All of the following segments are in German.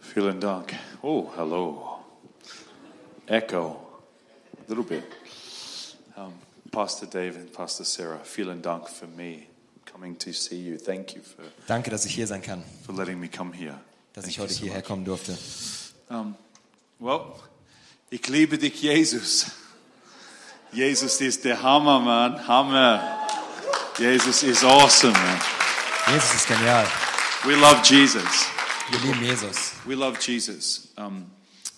Vielen Dank. Oh, hello. Echo, a little bit. Um, Pastor Dave and Pastor Sarah, vielen Dank for me coming to see you. Thank you for, Danke, dass ich hier sein kann, for letting me come here. dass Thank ich you heute so hierher much. kommen durfte. Um, well, ich liebe dich, Jesus. Jesus ist der Hammer, man. Hammer. Jesus is awesome, man. Jesus ist genial. We love Jesus. Wir lieben Jesus. We love Jesus. Um,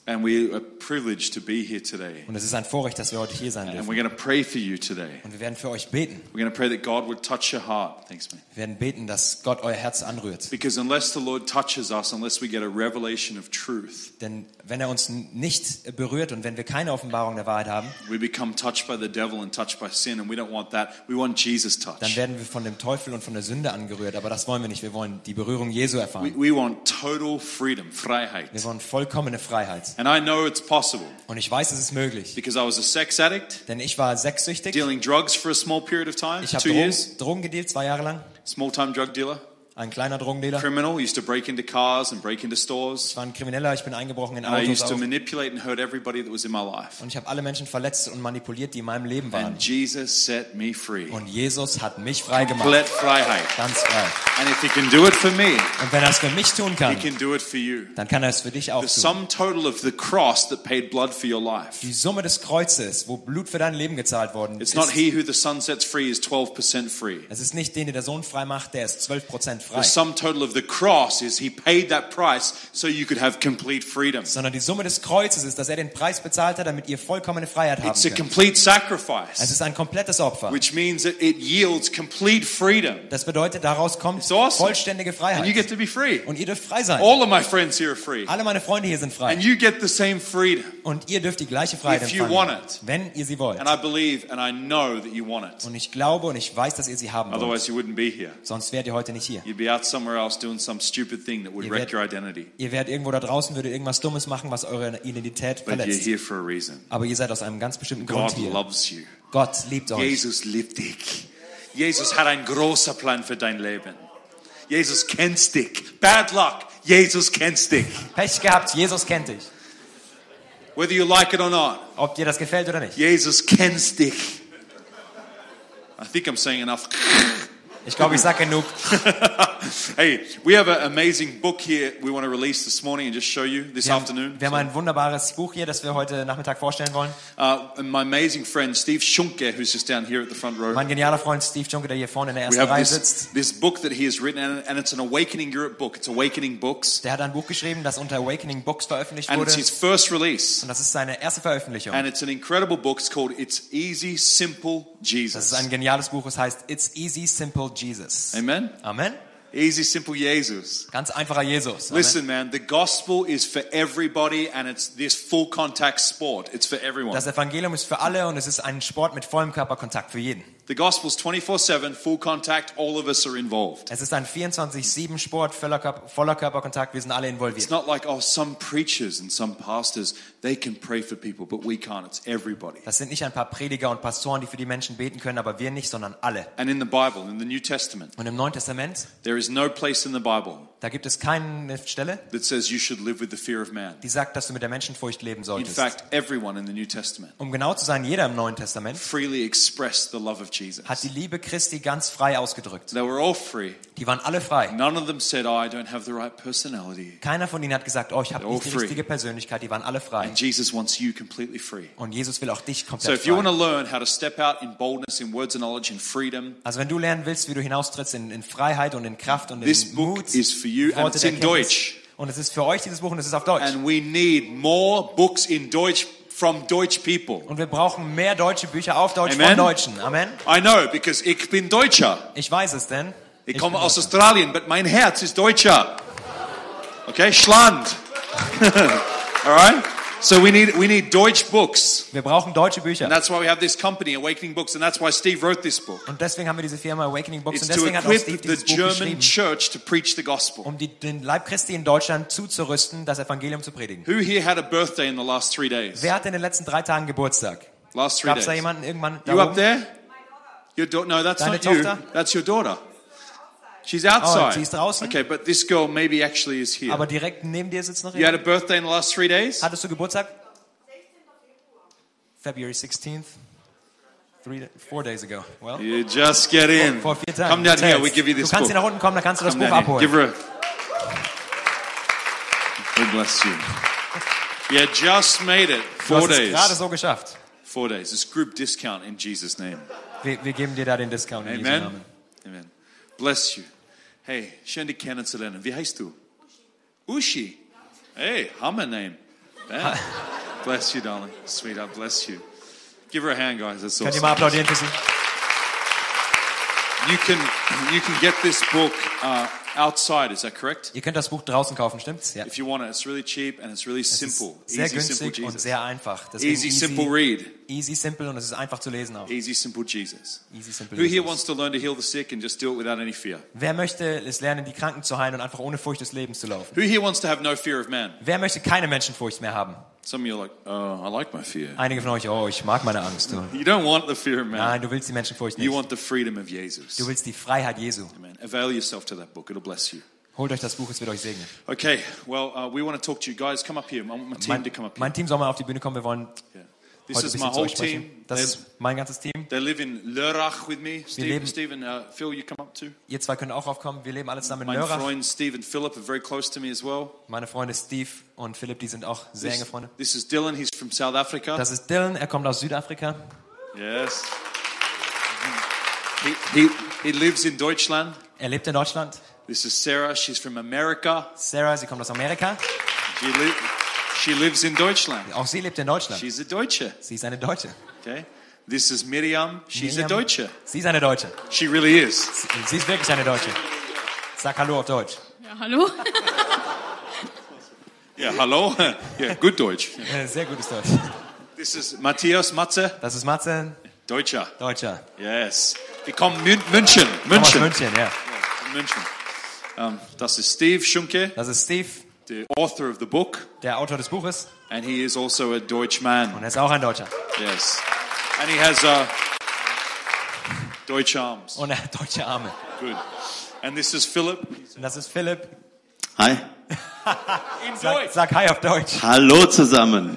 and we are privileged to be here today. Und es ist ein Vorrecht, dass wir heute hier sein And dürfen. we're going to pray for you today. Und wir werden für euch beten. We're going to pray that God would touch your heart. Thanks, man. Wir werden beten, dass Gott euer Herz anrührt. Because unless the Lord touches us, unless we get a revelation of truth, Denn wenn er uns nicht berührt und wenn wir keine Offenbarung der Wahrheit haben, we become touched by the devil and touched by sin, and we don't want that. We want Jesus' dann touch. werden wir von dem Teufel und von der Sünde angerührt. Aber das wollen wir nicht. Wir wollen die Berührung Jesu We, erfahren. we want total freedom, Wir Freiheit. wollen vollkommene Freiheit. And I know it's possible Und ich weiß, es ist möglich. because I was a sex addict, Denn ich war sexsüchtig. dealing drugs for a small period of time, Ich habe two years, Drogen, Drogen gedealt, zwei Jahre lang. small time drug dealer, Ein kleiner Drogendealer. criminal, used to break into cars and break into stores. Ich war ein Krimineller. Ich bin eingebrochen in And I Autos. used to Auf. manipulate and hurt everybody that was in my life. Und ich habe alle Menschen verletzt und manipuliert, die in meinem Leben waren. And Jesus set me free. Und Jesus hat mich frei gemacht. Let Freiheit. Ganz frei. And if he can do it for me, Und wenn er es für mich tun he kann, can do it for you. dann kann er es für dich auch The tun. sum total of the cross that paid blood for your life. Die Summe des Kreuzes, wo Blut für dein Leben gezahlt worden It's ist, not he who the sun sets free is 12% free. es ist nicht den, der der Sohn frei macht, der ist 12% The frei, sum total of the cross is he paid that price so you could have complete freedom. sondern die Summe des Kreuzes ist, dass er den Preis bezahlt hat, damit ihr vollkommene Freiheit haben It's a könnt. complete Es sacrifice, ist ein komplettes Opfer. which means that it yields complete freedom. Das bedeutet, daraus kommt It's awesome. vollständige And you Freiheit. get to be free. Und ihr dürft frei sein. All of my friends here are free. Alle meine Freunde hier sind frei. And you get the same freedom. Und ihr dürft die gleiche Freiheit If you want empfangen, it. wenn ihr sie wollt. And I believe and I know that you want it. Und ich glaube und ich weiß, dass ihr sie haben wollt. Otherwise, you wouldn't be here. Sonst wärt ihr heute nicht hier. You'd be out somewhere else doing some stupid thing that would Ihr wreck werdet- your identity. Ihr wärt irgendwo da draußen, würdet irgendwas Dummes machen, was eure Identität But you're verletzt. here for a reason. Aber ihr seid aus einem ganz bestimmten Grund God hier. loves you. Gott liebt euch. Jesus liebt dich. Jesus hat einen großen Plan für dein Leben. Jesus kennt dich. Bad luck. Jesus kennt dich. Pech gehabt, Jesus kennt dich. Whether you like it or not, Ob dir das gefällt oder nicht. Jesus kennt dich. I think I'm saying enough. Ich glaube, ich sag genug. hey, we have an amazing book here we want to release this morning and just show you this Wir haben, afternoon. wir haben ein wunderbares Buch hier, das wir heute Nachmittag vorstellen wollen. Uh, and my amazing friend Steve Schunke, who's just down here at the front row. Mein genialer Freund Steve Junke, der hier vorne in der We ersten have Reihe this, sitzt, this book that he has written, and, and it's an Awakening Europe book. It's Awakening Books, der hat ein Buch geschrieben, das unter Awakening Books veröffentlicht and wurde. it's his first release. Und das ist seine erste Veröffentlichung. And it's an incredible book. It's called It's Easy, Simple Das ist ein Jesus. geniales Buch. Es heißt It's Easy, Simple Jesus. Amen? Amen. Easy, Simple Jesus. Ganz einfacher Jesus. Amen. Listen, man, the gospel is for everybody, and it's this full contact sport. It's for everyone. Das Evangelium ist für alle und es ist ein Sport mit vollem Körperkontakt für jeden. The gospel's 24 7, full contact. All of us are involved. Es ist ein 24-7-Sport voller, Körper, voller Körperkontakt. Wir sind alle It's involviert. not like, oh, some preachers and some pastors, they can pray for people, but we can't. It's everybody. Das sind nicht ein paar Prediger und Pastoren, die für die Menschen beten können, aber wir nicht, sondern alle. And in the Bible, in the New Testament, Und im Neuen Testament, there is no place in the Bible da gibt es keine Stelle, that says you should live with the fear of man. die sagt, dass du mit der Menschenfurcht leben In solltest. fact, everyone in the New Testament Um genau zu sein, jeder im Neuen Testament freely expressed the love of Jesus. hat die Liebe Christi ganz frei ausgedrückt. They were all free. Die waren alle frei. None of them said, oh, I don't have the right personality. Keiner von ihnen hat gesagt, oh, ich habe They're all nicht die free. richtige Persönlichkeit. Die waren alle frei. And Jesus wants you completely free. Und Jesus will auch dich So komplett if you want to frei. learn how to step out in boldness, in words of knowledge, in freedom, Also wenn du lernen willst, wie du hinaustrittst in, in Freiheit und in Kraft und in this book Mut, is for you and Worte it's der in Erkenntnis. Deutsch. Und es ist für euch dieses Buch und es ist auf Deutsch. And we need more books in Deutsch from Deutsch people. Und wir brauchen mehr deutsche Bücher auf Deutsch Amen. von Deutschen. Amen. I know, because ich bin Deutscher. Ich weiß es denn. Ich bin komme aus Deutscher. Australien, but mein Herz ist Deutscher. Okay, Schland. All right? So we need, we need Deutsch books. wir brauchen deutsche And Bücher. that's why we have this company, Awakening Books, and that's why Steve wrote this book. Und deswegen haben wir diese Firma Awakening Books It's und to deswegen hat auch Steve equip the dieses Buch German geschrieben, church to preach the gospel. um die, den Leib Christi in Deutschland zuzurüsten, das Evangelium zu predigen. Who here had a birthday in the last three days? Wer hatte in den letzten drei Tagen Geburtstag? Last three Gab es days. da jemanden irgendwann da You up oben? there? Your daughter? No, that's Deine not you. Tochter? That's your daughter. Oh, She's outside. sie ist draußen. Okay, but this girl maybe actually is here. Aber direkt neben dir sitzt noch You had a jemand. birthday in the last three days? Hattest du Geburtstag? February 16th. Three, four days ago. Well, You just get in. vor vier Tagen. Come down here. Details. We give you this du kannst book. hier nach unten kommen, da kannst du das Come Buch down here. Give abholen. her a. God bless you. Yeah, just made it. Du Four hast es gerade days. so geschafft. Four days. It's group discount in Jesus' name. Wir, wir geben dir da den Discount in Jesu Amen. Namen. Amen. Bless you. Hey, schön dich kennenzulernen. Wie heißt du? Ushi. Hey, Hammer name. Man. bless you, darling. Sweetheart, bless you. Give her a hand, guys. That's Könnt ihr awesome. mal applaudieren für sie? You can you can get this book uh, outside. Is that correct? Ihr könnt das Buch draußen kaufen, stimmt's? Ja. If you want it, it's really cheap and it's really Es ist simple. Sehr easy, simple günstig und Jesus. sehr einfach. Deswegen Easy, simple read. easy, simple und es ist einfach zu lesen auch. Easy, simple Jesus. Easy, simple. Who here Jesus. wants to learn to heal the sick and just do it without any fear? Wer möchte es lernen, die Kranken zu heilen und einfach ohne Furcht des Lebens zu laufen? Who here wants to have no fear of man? Wer möchte keine Menschenfurcht mehr haben? Some of you are like, oh, I like my fear. Einige von euch, oh, ich mag meine Angst. Du. You don't want the fear of man. Nein, Ah, du willst die Menschenfurcht You nicht. want the freedom of Jesus. Du willst die Freiheit Jesu. Amen. Avail yourself to that book. It'll bless you. Holt euch das Buch, es wird euch segnen. Okay, well, uh, we want to talk to you guys. Come up here. I want my team Mein, to come up here. mein Team soll mal auf die Bühne kommen. Wir wollen Yeah. This heute ein is my bisschen zu whole euch sprechen. team. Das They, ist mein ganzes Team. they live in Lörrach with me. Steve, leben- Stephen, uh, Phil, you come up too. Ihr zwei könnt auch raufkommen. Wir leben alle zusammen in My Lörrach. friends Steve and Philip are very close to me as well. Meine Freunde Steve und Philipp, die sind auch sehr enge This, Freunde. this is Dylan. He's from South Africa. Das ist Dylan, er kommt aus Südafrika. yes. He, he, he lives in Deutschland. Er lebt in Deutschland. This is Sarah. She's from America. Sarah, sie kommt aus Amerika. She, li- she lives in Deutschland. Auch sie lebt in Deutschland. She's a Deutsche. Sie ist eine Deutsche. Okay. This is Miriam. She's a Miriam, Deutsche. Sie ist eine Deutsche. She really is. Sie sie ist wirklich eine Deutsche. Sag Hallo auf Deutsch. Ja, hallo. Yeah, hello. yeah, good Deutsch. Äh, Sehr gutes Deutsch. This is Matthias Matze, Das ist Matze, Deutscher. Deutscher. Yes. Wir kommen Mün München. Komm aus München. München, ja. München. Um, das ist Steve Schumke, Das ist Steve, the author of the book, der Autor des Buches. and he is also a Deutsch Und man. er ist auch ein Deutscher. Yes. And he has uh, Deutsch arms. Und er hat deutsche Arme. Good. And this is Philip. Und das ist Philipp. Hi. In Sag, sag Hi auf Deutsch. Hallo zusammen.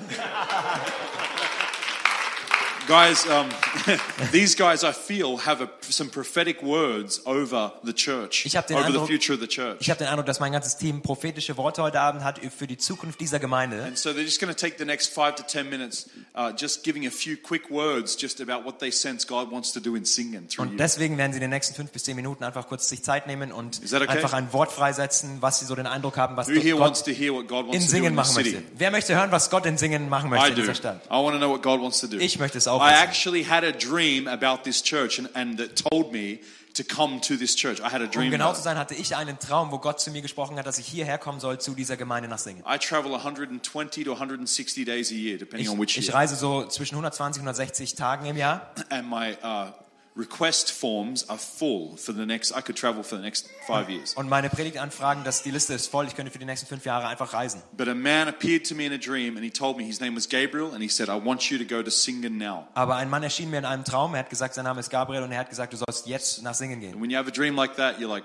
Guys, um, these guys, I feel, have a, some prophetic words over the church, Ich hab den over the Eindruck- future of the church. Ich habe den Eindruck, dass mein ganzes Team prophetische Worte heute Abend hat für die Zukunft dieser Gemeinde. And so they're just going to take the next five to ten minutes, uh, just giving a few quick words just about what they sense God wants to do in singing through Und you. deswegen werden sie in den nächsten fünf bis zehn Minuten einfach kurz sich Zeit nehmen und Is that okay? einfach ein Wort freisetzen, was sie so den Eindruck haben, was Who here wants Gott to hear what God in wants to do Singen in the machen city? möchte. Wer möchte hören, was Gott in Singen machen möchte I in do. dieser Stadt? I want to know what God wants to do. Ich möchte es auch I wissen. actually had a dream about this church, and, and that told me to come to this church. I had a Um dream. genau about zu it. sein, hatte ich einen Traum, wo Gott zu mir gesprochen hat, dass ich hierher kommen soll zu dieser Gemeinde nach Singen. I travel 120 to 160 days a year, depending Ich, on which year. ich reise so zwischen 120 und 160 Tagen im Jahr and my uh, request forms are full for the next. I could travel for the next five years. und meine Predigtanfragen, dass die Liste ist voll, ich könnte für die nächsten fünf Jahre einfach reisen. But a man appeared to me in a dream, and he told me his name was Gabriel, and he said, "I want you to go to Singen now." Aber ein Mann erschien mir in einem Traum, er hat gesagt, sein Name ist Gabriel und er hat gesagt, du sollst jetzt nach Singen And gehen. when you have a dream like that, you're like,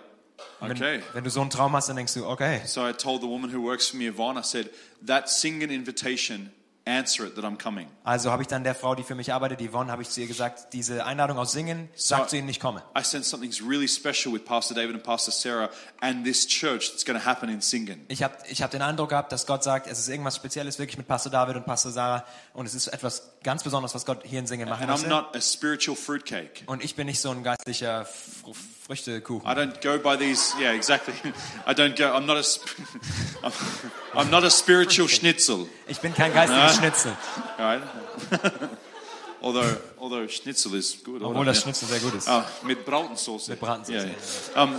Wenn, "Okay." wenn du so einen Traum hast, dann denkst du, okay. So I told the woman who works for me, Yvonne, I said, "That Singen invitation, answer it that I'm coming." Also habe ich dann der Frau, die für mich arbeitet, die Yvonne, habe ich zu ihr gesagt, diese Einladung aus Singen, sag zu ihnen, ich komme. I sense something's really special with Pastor David and Pastor Sarah and this church that's going to happen in Singen. Ich habe ich hab den Eindruck gehabt, dass Gott sagt, es ist irgendwas Spezielles wirklich mit Pastor David und Pastor Sarah und es ist etwas ganz Besonderes, was Gott hier in Singen machen And I'm möchte. not a spiritual fruitcake. Und ich bin nicht so ein geistlicher Fr I Früchtekuchen. don't go by these. Yeah, exactly. I don't go. I'm not a. sp- I'm, I'm not a spiritual schnitzel. Ich bin kein geistlicher Schnitzel, All right. although although schnitzel is good. obwohl das Schnitzel sehr gut ist. Uh, mit Brautensauce. Mit Bratensauce, Yeah, yeah. Um,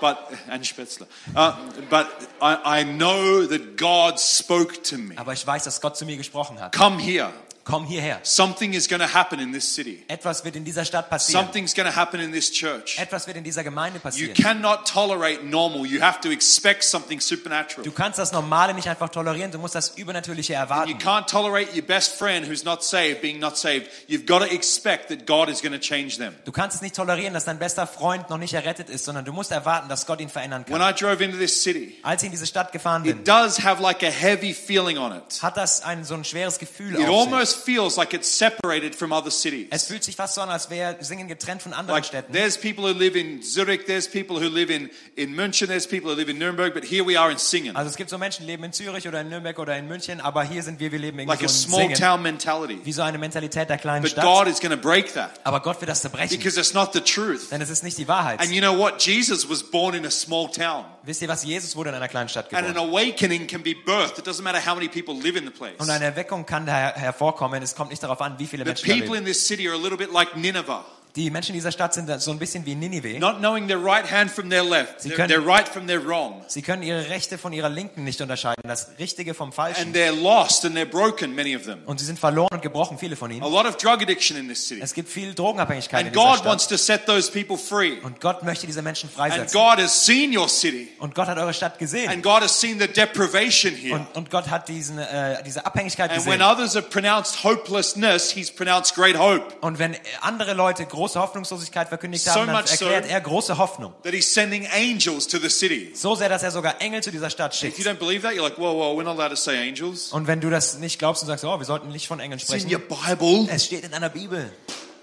but and Spätzle. Uh, but I, I know that God spoke to me. Ah. Aber ich weiß, dass Gott zu mir gesprochen hat. Come here. komm hierher. Something is going to happen in this city. Etwas wird in dieser Stadt passieren. Something's going to happen in this church. Etwas wird in dieser Gemeinde You passieren. cannot tolerate normal. You have to expect something supernatural. Du kannst das Normale nicht einfach tolerieren, du musst das Übernatürliche You erwarten. can't tolerate your best friend who's not saved being not saved. You've got to expect that God is going to change them. Du kannst es nicht tolerieren, dass dein bester Freund noch nicht errettet ist, sondern du musst erwarten, dass Gott ihn verändern When kann. I drove into this city, Als ich in diese Stadt gefahren it bin, does have like a heavy feeling on it. hat das ein, so ein schweres Gefühl It auf sich. almost feels like it's separated from other cities. Es fühlt sich fast so an, als wäre Singen getrennt von anderen Like Städten. there's people who live in Zurich, there's people who live in, in München, there's people who live in Nuremberg, but here we are in Singen. Also es gibt so Menschen, die leben in Zürich oder in Nürnberg oder in München, aber hier sind wir, wir leben Like irgendwie a so small in Singen. town mentality. Wie so eine Mentalität der kleinen But God Stadt. is going to break that Aber Gott wird das zerbrechen, because it's not the truth. denn es ist nicht die Wahrheit. And you know what? Jesus was born in a small town. Wisst ihr was? Jesus wurde in einer kleinen Stadt And an geboren. awakening can be birthed. It doesn't matter how many people live in the place. Und eine Erweckung kann her hervorkommen. Es kommt nicht darauf an, wie viele The Menschen da people leben. in this city are a little bit like Nineveh, Die Menschen dieser Stadt sind so ein bisschen wie Ninive. not knowing their right hand from their left, Sie their, können- their right from their wrong. Sie können ihre Rechte von ihrer Linken nicht unterscheiden, das Richtige vom And Falschen. they're lost and they're broken, many of them. Und sie sind verloren und gebrochen, viele von A ihnen. lot of drug addiction in this city. Es gibt viel Drogenabhängigkeit in And dieser God wants Stadt. to set those people free. Und Gott möchte diese Menschen And freisetzen. God has seen your city. Und Gott hat eure Stadt And gesehen. God has seen the deprivation here. Und, und Gott hat diesen, äh, diese Abhängigkeit And when gesehen. others have pronounced hopelessness, He's pronounced great hope. Und wenn andere Leute große Hoffnungslosigkeit verkündigt So haben, dann much so- erklärt er große Hoffnung. That He's sending angels to the city. So sehr, dass er sogar Engel zu dieser Stadt If you schickt. don't believe that, you're like, whoa, whoa, we're not allowed to say angels. Und wenn du das nicht glaubst und sagst, oh, wir sollten nicht von Engeln It's in sprechen. your Bible. Es steht in einer Bibel.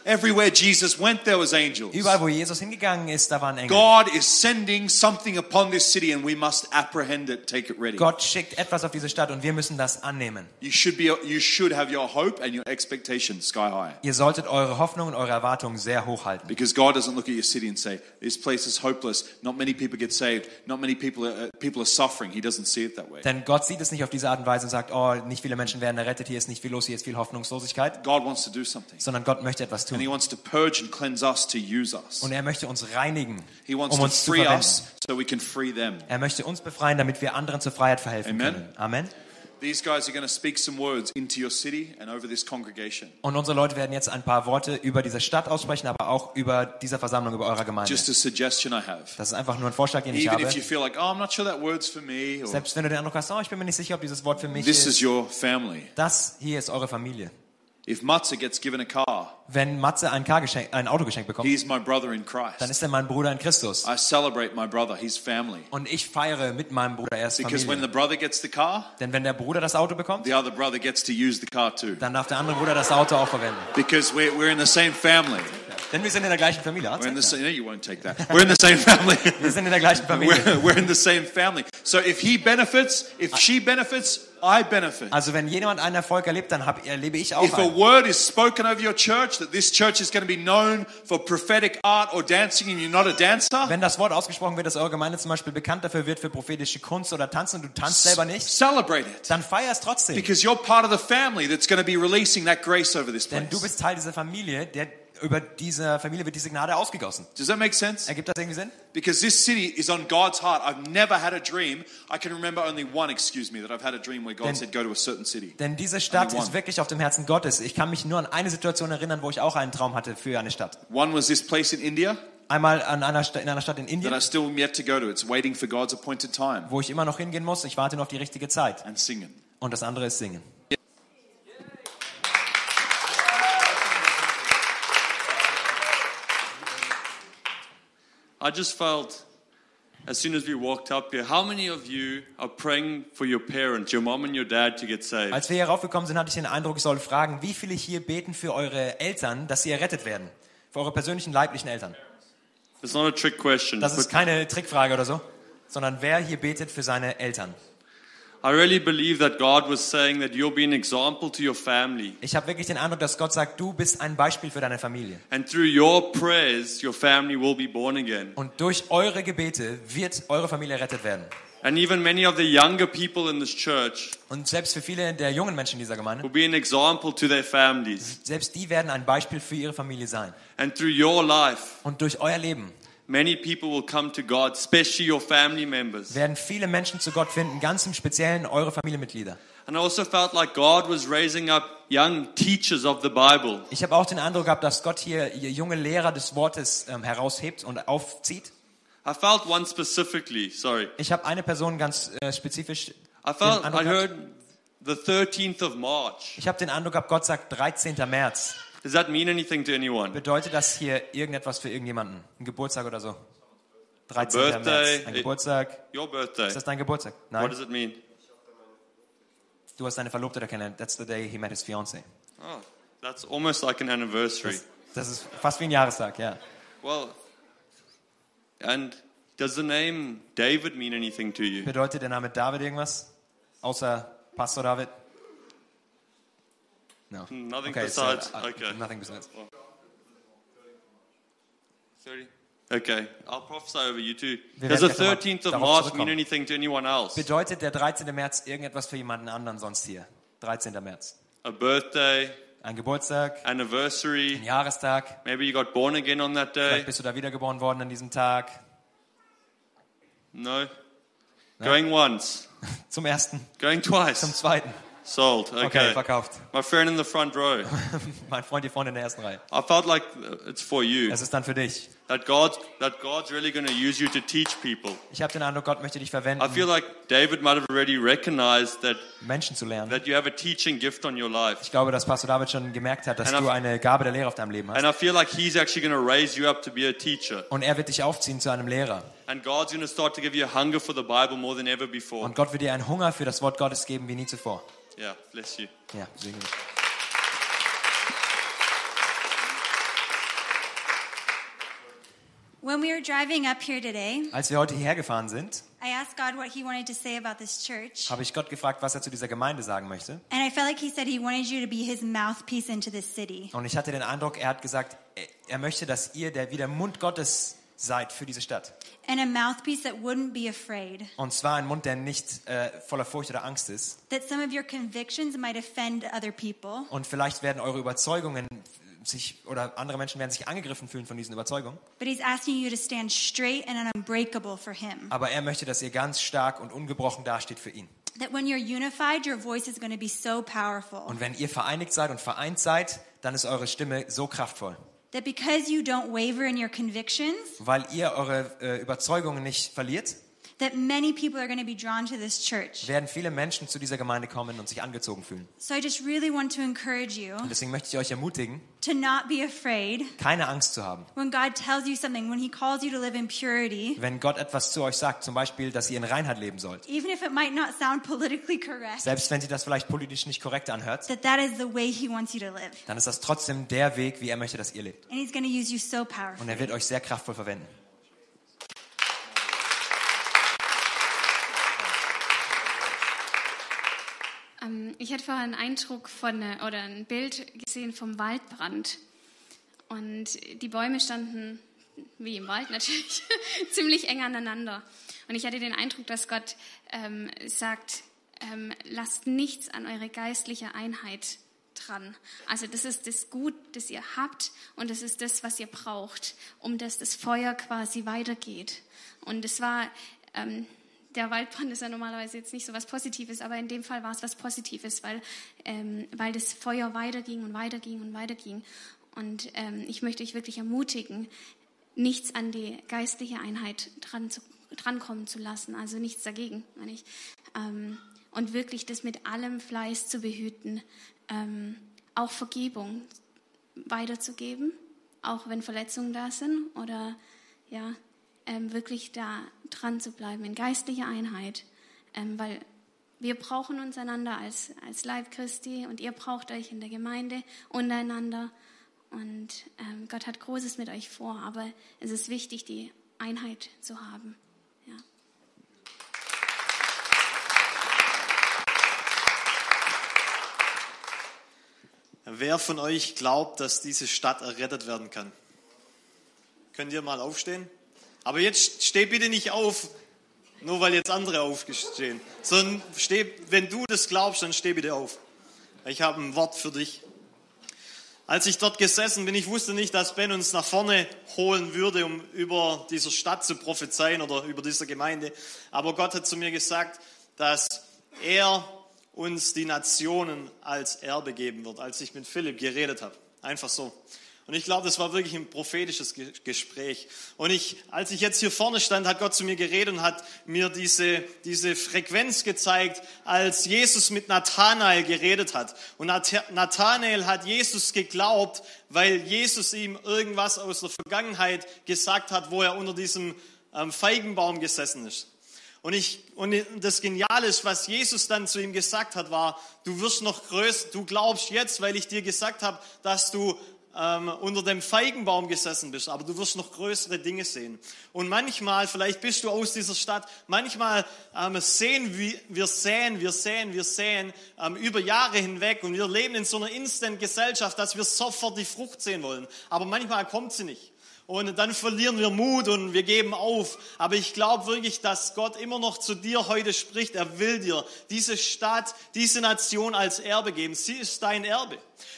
Everywhere Jesus went, there was angels. Überall, wo Jesus hingegangen ist, da waren Engel. God is sending something upon this city, and we must apprehend it, take it ready. Gott schickt etwas auf diese Stadt und wir müssen das annehmen. You should be, you should have your hope and your expectations sky high, Ihr solltet eure Hoffnung und eure Erwartungen sehr hoch halten. because God doesn't look at your city and say, "This place is hopeless. Not many people get saved. Not many people are, uh, people are suffering." He doesn't see it that way. Denn Gott sieht es nicht auf diese Art und Weise und sagt, oh, nicht viele Menschen werden errettet, hier ist nicht viel los, hier ist viel Hoffnungslosigkeit, God wants to do something, sondern Gott möchte etwas and He tun. wants to purge and cleanse us to use us. Und er möchte uns reinigen, He um wants to uns zu free verwenden. us so we can free them. Er möchte uns befreien, damit wir anderen zur Freiheit verhelfen Amen. können. Amen. These guys are going to speak some words into your city and over this congregation, Und unsere Leute werden jetzt ein paar Worte über diese Stadt aussprechen, aber auch über dieser Versammlung, über eurer Gemeinde. just a suggestion I have. Das ist einfach nur ein Vorschlag, den ich Even habe. if you feel like, oh, I'm not sure that word's for me, or Selbst wenn du den Eindruck hast, oh, ich bin mir nicht sicher, ob dieses Wort für mich this ist. is your family. Das hier ist eure Familie. If Matze gets given a car, Wenn Matze ein, Car geschenk, ein Auto geschenkt bekommt, he's my brother in dann Christ. ist er mein Bruder in Christus. I celebrate my brother, he's family. Und ich feiere mit meinem Bruder erst Because when the Familie. brother gets the car, Denn wenn der Bruder das Auto bekommt, the other brother gets to use the car too. dann darf der andere Bruder das Auto auch verwenden. Because we're, we're in the same family. Denn wir sind in der gleichen Familie. Ah, We're in the zeig mal. same, no, you won't take that. We're in the same family. Wir sind in der gleichen Familie. We're, we're in the same family. So if he benefits, if she benefits, I benefit. Also wenn jemand einen Erfolg erlebt, dann hab, erlebe ich auch If a einen. word is spoken over your church that this church is going to be known for prophetic art or dancing and you're not a dancer, Wenn das Wort ausgesprochen wird, dass eure Gemeinde zum Beispiel bekannt dafür wird für prophetische Kunst oder Tanzen und du tanzt selber nicht, celebrate it dann feier es trotzdem. because you're part of the family that's going to be releasing that grace over this Denn du place. bist Teil dieser Familie, der, über diese Familie wird diese Gnade ausgegossen. Does that make sense? Ergibt das irgendwie Sinn? Because this city is on God's heart. I've never had a dream. I can remember only one, excuse me, that I've had a dream where God Then- said, go to a certain city. Denn diese Stadt Only one. ist wirklich auf dem Herzen Gottes. Ich kann mich nur an eine Situation erinnern, wo ich auch einen Traum hatte für eine Stadt. One was this place in India Einmal an einer Sta- in einer Stadt in that I Indien, still am yet to go to. It's waiting for God's appointed time wo ich immer noch hingehen muss. Ich warte nur auf die richtige Zeit. and singing. Und das andere ist Singen. I just felt as soon as we walked up here, how many of you are praying for your parents, your mom and your dad to get saved? Als wir hier raufgekommen sind, hatte ich den Eindruck, ich soll fragen, wie viele hier beten für eure Eltern, dass sie errettet werden? Für eure persönlichen leiblichen Eltern. It's not a trick question. Das ist But keine Trickfrage oder so, sondern wer hier betet für seine Eltern? I really believe that God was saying that you'll be an example to your family. Ich habe wirklich den Eindruck, dass Gott sagt, du bist ein Beispiel für deine Familie. And through your prayers, your family will be born again. Und durch eure Gebete wird eure Familie errettet werden. And even many of the younger people in this church Und selbst für viele der jungen Menschen dieser Gemeinde, will be an example to their families. selbst die werden ein Beispiel für ihre Familie sein. And through your life, Und durch euer Leben many people will come to God, especially your family members. werden viele Menschen zu Gott finden, ganz im Speziellen eure Familienmitglieder. And I also felt like God was raising up young teachers of the Bible. Ich habe auch den Eindruck gehabt, dass Gott hier junge Lehrer des Wortes ähm, heraushebt und aufzieht. I felt one specifically, sorry. Ich habe eine Person ganz äh, spezifisch. I den felt I Eindruck gehabt. heard the 13th of March. ich habe den Eindruck gehabt, Gott sagt 13. März. Does that mean anything to anyone? Bedeutet das hier irgendetwas für irgendjemanden? Ein Geburtstag oder so? 13. Birthday, März. Ein äh, Geburtstag. Your birthday. Ist das dein Geburtstag? What Nein. does it mean? Du hast deine Verlobte da kennengelernt. That's the day he met his fiancée. Oh, that's almost like an anniversary. Das, das ist fast wie ein Jahrestag, ja. Well, and does the name David mean anything to you? Bedeutet der Name David irgendwas? Außer Pastor David? No. Hm, Nothing so, besides- uh, okay. Nothing besides. 30. Okay, I'll prophesy over you too. Wir Does the werden gleich nochmal 13th of darauf March zurückkommen. mean anything to anyone else? Bedeutet der 13. März irgendetwas für jemanden anderen sonst hier? 13. März. A birthday, Ein Geburtstag, anniversary, ein Jahrestag. maybe you got born again on that day? Vielleicht bist du da wiedergeboren worden an diesem Tag. No? Going once, Zum ersten, going zum twice, zweiten. sold. Okay, Okay. verkauft. My friend in the front row, Mein Freund hier vorne in der ersten Reihe. I felt like uh, it's for you. Das ist dann für dich. That God, that God's really going to use you to teach people. Ich habe den Eindruck, Gott möchte dich I verwenden, feel like David might have already recognized that Menschen zu lernen. that you have a teaching gift on your life. Ich glaube, dass Pastor David schon gemerkt hat, dass And du I've- eine Gabe der Lehre auf deinem Leben hast. And I feel like he's actually going to raise you up to be a teacher. Und er wird dich aufziehen zu einem Lehrer. And God's going to start to give you a hunger for the Bible more than ever before. Und Gott wird dir einen Hunger für das Wort Gottes geben wie nie zuvor. Yeah, bless you. Ja, segne dich. When we were driving up here today, Als wir heute hierher gefahren sind, I asked God what He wanted to say about this church. habe ich Gott gefragt, was er zu dieser Gemeinde sagen möchte. And I felt like He said He wanted you to be His mouthpiece into this city. Und ich hatte den Eindruck, er hat gesagt, er- er möchte, dass ihr der, wie der Mund Gottes seid für diese Stadt. And a mouthpiece that wouldn't be afraid, Und zwar ein Mund, der nicht äh, voller Furcht oder Angst ist. that some of your convictions might offend other people, Und vielleicht werden eure Überzeugungen sich, oder andere Menschen werden sich angegriffen fühlen von diesen Überzeugungen. but He's asking you to stand straight and unbreakable for Him. Aber er möchte, dass ihr ganz stark und ungebrochen dasteht für ihn. That when you're unified, your voice is going to be so powerful. Und wenn ihr vereinigt seid und vereint seid, dann ist eure Stimme so kraftvoll. That because you don't waver in your convictions, weil ihr eure äh, Überzeugungen nicht verliert, that many people are going to be drawn to this church. werden viele Menschen zu dieser Gemeinde kommen und sich angezogen fühlen. So I just really want to encourage you Und deswegen möchte ich euch ermutigen, to not be afraid. keine Angst zu haben. When God tells you something, when He calls you to live in purity, Wenn Gott etwas zu euch sagt, zum Beispiel, dass ihr in Reinheit leben sollt, even if it might not sound politically correct, selbst wenn sie das vielleicht politisch nicht korrekt anhört, that that is the way He wants you to live. dann ist das trotzdem der Weg, wie er möchte, dass ihr lebt. And He's going to use you so Und powerfully. er wird euch sehr kraftvoll verwenden. Ähm, ich hatte vorher einen Eindruck von äh, oder ein Bild gesehen vom Waldbrand. Und die Bäume standen, wie im Wald natürlich, ziemlich eng aneinander. Und ich hatte den Eindruck, dass Gott ähm, sagt, ähm, lasst nichts an eure geistliche Einheit dran. Also das ist das Gut, das ihr habt und das ist das, was ihr braucht, um dass das Feuer quasi weitergeht. Und es war ähm, der Waldbrand ist ja normalerweise jetzt nicht so was Positives, aber in dem Fall war es was Positives, weil, ähm, weil das Feuer weiterging und weiterging und weiterging. Und ähm, ich möchte euch wirklich ermutigen, nichts an die geistliche Einheit dran zu, drankommen zu lassen, also nichts dagegen, meine ich. Ähm, und wirklich das mit allem Fleiß zu behüten, ähm, auch Vergebung weiterzugeben, auch wenn Verletzungen da sind oder ja, ähm, wirklich da dran zu bleiben in geistlicher Einheit, ähm, weil wir brauchen uns einander als, als Leib Christi und ihr braucht euch in der Gemeinde untereinander und ähm, Gott hat Großes mit euch vor, aber es ist wichtig, die Einheit zu haben. Ja. Wer von euch glaubt, dass diese Stadt errettet werden kann? Könnt ihr mal aufstehen? Aber jetzt steh bitte nicht auf, nur weil jetzt andere aufstehen. Sondern steh, wenn du das glaubst, dann steh bitte auf. Ich habe ein Wort für dich. Als ich dort gesessen bin, ich wusste nicht, dass Ben uns nach vorne holen würde, um über dieser Stadt zu prophezeien oder über dieser Gemeinde. Aber Gott hat zu mir gesagt, dass er uns die Nationen als Erbe geben wird, als ich mit Philipp geredet habe. Einfach so. Und ich glaube, das war wirklich ein prophetisches Ge- Gespräch. Und ich, als ich jetzt hier vorne stand, hat Gott zu mir geredet und hat mir diese, diese Frequenz gezeigt, als Jesus mit Nathanael geredet hat. Und Nath- Nathanael hat Jesus geglaubt, weil Jesus ihm irgendwas aus der Vergangenheit gesagt hat, wo er unter diesem ähm, Feigenbaum gesessen ist. Und, ich, und das Geniale ist, was Jesus dann zu ihm gesagt hat, war, du wirst noch größer, du glaubst jetzt, weil ich dir gesagt habe, dass du ähm, unter dem Feigenbaum gesessen bist, aber du wirst noch größere Dinge sehen. Und manchmal, vielleicht bist du aus dieser Stadt, manchmal ähm, sehen wir, wir sehen, wir sehen, wir sehen ähm, über Jahre hinweg und wir leben in so einer Instant-Gesellschaft, dass wir sofort die Frucht sehen wollen. Aber manchmal kommt sie nicht. Und dann verlieren wir Mut und wir geben auf. Aber ich glaube wirklich, dass Gott immer noch zu dir heute spricht. Er will dir diese Stadt, diese Nation als Erbe geben. Sie ist dein Erbe.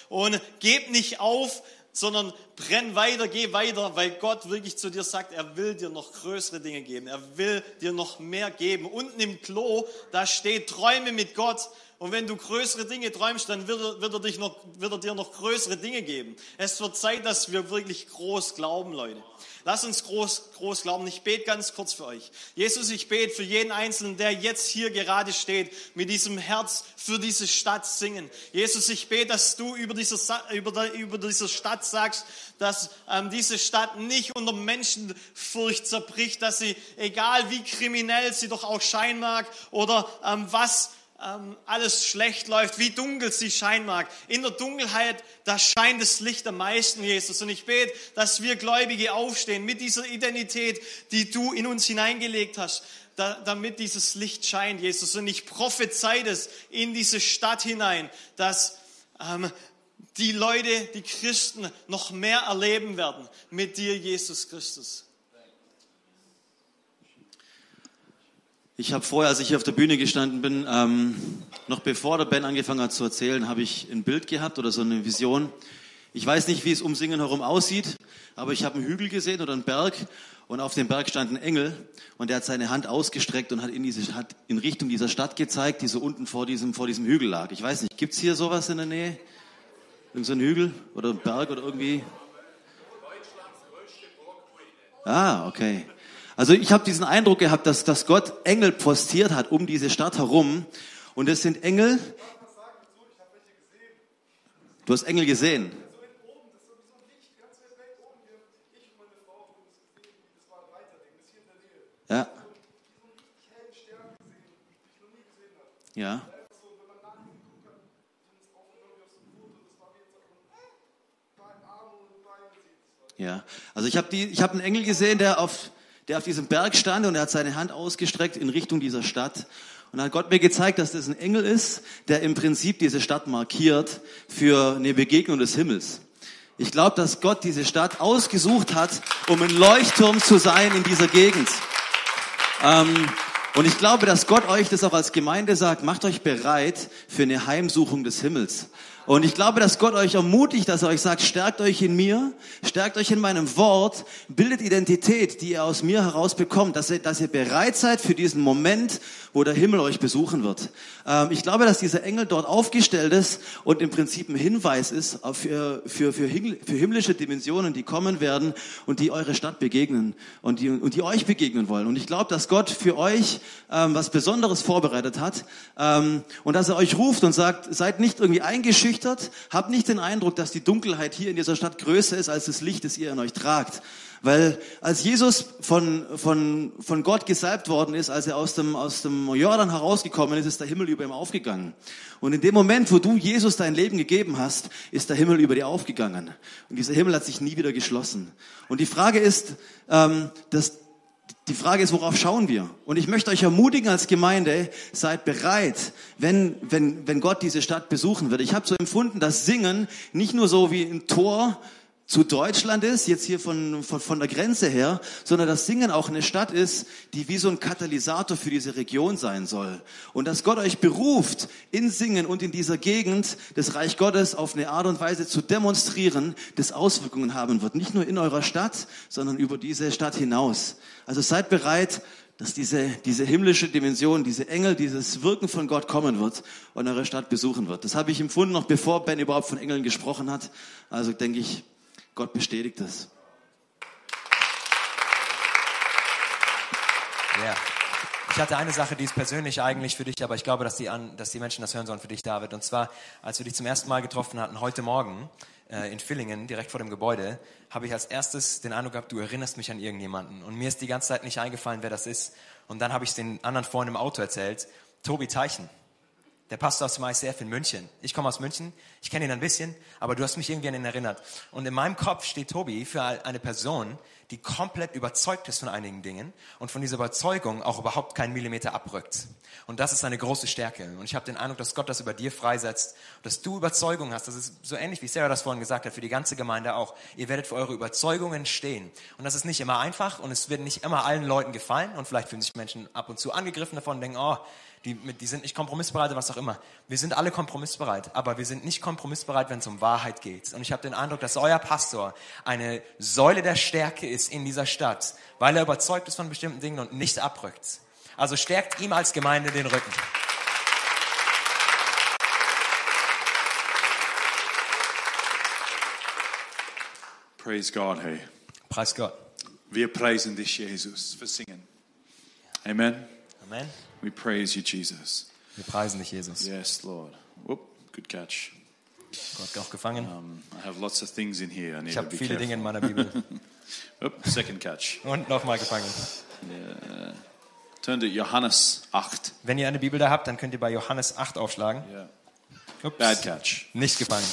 Und geb nicht auf, sondern brenn weiter, geh weiter, weil Gott wirklich zu dir sagt, er will dir noch größere Dinge geben. Er will dir noch mehr geben. Unten im Klo, da steht Träume mit Gott. Und wenn du größere Dinge träumst, dann wird er, wird, er dich noch, wird er dir noch größere Dinge geben. Es wird Zeit, dass wir wirklich groß glauben, Leute. Lass uns groß, groß glauben. Ich bete ganz kurz für euch. Jesus, ich bete für jeden Einzelnen, der jetzt hier gerade steht, mit diesem Herz für diese Stadt singen. Jesus, ich bete, dass du über diese, Sa- über, de- über diese Stadt sagst, dass ähm, diese Stadt nicht unter Menschenfurcht zerbricht, dass sie, egal wie kriminell sie doch auch scheinen mag oder ähm, was ähm, alles schlecht läuft, wie dunkel sie scheinen mag. In der Dunkelheit, da scheint das Licht am meisten, Jesus. Und ich bete, dass wir Gläubige aufstehen mit dieser Identität, die du in uns hineingelegt hast, da, damit dieses Licht scheint, Jesus. Und ich prophezei das in diese Stadt hinein, dass ähm, die Leute, die Christen, noch mehr erleben werden mit dir, Jesus Christus. Ich habe vorher, als ich hier auf der Bühne gestanden bin, ähm, noch bevor der Ben angefangen hat zu erzählen, habe ich ein Bild gehabt oder so eine Vision. Ich weiß nicht, wie es um Singen herum aussieht, aber ich habe einen Hügel gesehen oder einen Berg und auf dem Berg stand ein Engel und der hat seine Hand ausgestreckt und hat in, diese, hat in Richtung dieser Stadt gezeigt, die so unten vor diesem, vor diesem Hügel lag. Ich weiß nicht, gibt's hier sowas in der Nähe? Irgend so ein Hügel oder ein Berg oder irgendwie? Ah, okay. Also ich habe diesen Eindruck gehabt, dass, dass Gott Engel postiert hat um diese Stadt herum. Und es sind Engel. Du hast Engel gesehen. Ja. Ja. Ja, also ich habe hab einen Engel gesehen, der auf, der auf diesem Berg stand und er hat seine Hand ausgestreckt in Richtung dieser Stadt. Und dann hat Gott mir gezeigt, dass das ein Engel ist, der im Prinzip diese Stadt markiert für eine Begegnung des Himmels. Ich glaube, dass Gott diese Stadt ausgesucht hat, um ein Leuchtturm zu sein in dieser Gegend. Ähm, und ich glaube, dass Gott euch das auch als Gemeinde sagt, macht euch bereit für eine Heimsuchung des Himmels. Und ich glaube, dass Gott euch ermutigt, dass er euch sagt, stärkt euch in mir, stärkt euch in meinem Wort, bildet Identität, die ihr aus mir heraus bekommt, dass ihr, dass ihr bereit seid für diesen Moment, wo der Himmel euch besuchen wird. Ähm, ich glaube, dass dieser Engel dort aufgestellt ist und im Prinzip ein Hinweis ist auf, für, für, für, hingl- für himmlische Dimensionen, die kommen werden und die eure Stadt begegnen und die, und die euch begegnen wollen. Und ich glaube, dass Gott für euch ähm, was Besonderes vorbereitet hat ähm, und dass er euch ruft und sagt, seid nicht irgendwie eingeschüchtert, habt nicht den Eindruck, dass die Dunkelheit hier in dieser Stadt größer ist als das Licht, das ihr in euch tragt. Weil als Jesus von, von, von Gott gesalbt worden ist, als er aus dem, aus dem Jordan herausgekommen ist, ist der Himmel über ihm aufgegangen. Und in dem Moment, wo du Jesus dein Leben gegeben hast, ist der Himmel über dir aufgegangen. Und dieser Himmel hat sich nie wieder geschlossen. Und die Frage ist, ähm, dass, die Frage ist, worauf schauen wir? Und ich möchte euch ermutigen als Gemeinde, seid bereit, wenn, wenn, wenn Gott diese Stadt besuchen wird. Ich habe so empfunden, dass Singen nicht nur so wie ein Tor zu Deutschland ist, jetzt hier von, von, von der Grenze her, sondern dass Singen auch eine Stadt ist, die wie so ein Katalysator für diese Region sein soll. Und dass Gott euch beruft, in Singen und in dieser Gegend das Reich Gottes auf eine Art und Weise zu demonstrieren, das Auswirkungen haben wird. Nicht nur in eurer Stadt, sondern über diese Stadt hinaus. Also seid bereit, dass diese, diese himmlische Dimension, diese Engel, dieses Wirken von Gott kommen wird und eure Stadt besuchen wird. Das habe ich empfunden, noch bevor Ben überhaupt von Engeln gesprochen hat. Also denke ich, Gott bestätigt es. Ja. Ich hatte eine Sache, die ist persönlich eigentlich für dich, aber ich glaube, dass die, an, dass die Menschen das hören sollen für dich, David. Und zwar, als wir dich zum ersten Mal getroffen hatten, heute Morgen äh, in Villingen, direkt vor dem Gebäude, habe ich als erstes den Eindruck gehabt, du erinnerst mich an irgendjemanden. Und mir ist die ganze Zeit nicht eingefallen, wer das ist. Und dann habe ich den anderen Freunden im Auto erzählt, Tobi Teichen. Der Pastor aus dem ICF in München. Ich komme aus München, ich kenne ihn ein bisschen, aber du hast mich irgendwie an ihn erinnert. Und in meinem Kopf steht Tobi für eine Person, die komplett überzeugt ist von einigen Dingen und von dieser Überzeugung auch überhaupt keinen Millimeter abrückt. Und das ist eine große Stärke. Und ich habe den Eindruck, dass Gott das über dir freisetzt, dass du Überzeugung hast. Das ist so ähnlich, wie Sarah das vorhin gesagt hat, für die ganze Gemeinde auch. Ihr werdet für eure Überzeugungen stehen. Und das ist nicht immer einfach und es wird nicht immer allen Leuten gefallen. Und vielleicht fühlen sich Menschen ab und zu angegriffen davon und denken, oh, die, mit- die sind nicht kompromissbereit oder was auch immer. Wir sind alle kompromissbereit, aber wir sind nicht kompromissbereit, wenn es um Wahrheit geht. Und ich habe den Eindruck, dass euer Pastor eine Säule der Stärke ist in dieser Stadt, weil er überzeugt ist von bestimmten Dingen und nicht abrückt. Also stärkt ihm als Gemeinde den Rücken. Praise God, hey. Preis Gott. Wir preisen dich, Jesus, für Singen. Amen. Amen. We praise you, Jesus. Wir preisen dich, Jesus. Yes, Lord. Whoop, good catch. Gott auch gefangen. Um, I have lots of things in here. I need ich to habe be viele Dinge in careful. meiner Bibel. Whoop, second catch. Und nochmal gefangen. Yeah. Turn to Johannes 8. Wenn ihr eine Bibel da habt, dann könnt ihr bei Johannes 8 aufschlagen. Yeah. Ups. Bad catch. Nicht gefangen.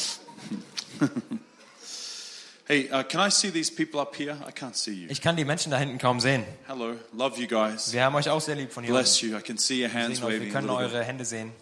Hey, uh, can I see these people up here? I can't see you. Ich kann die Menschen da hinten kaum sehen. Hello. Love you guys. Wir haben euch auch sehr lieb von hier. Bless you. I can see your Wir hands sehen euch, wir waving. a können little bit. eure Hände sehen.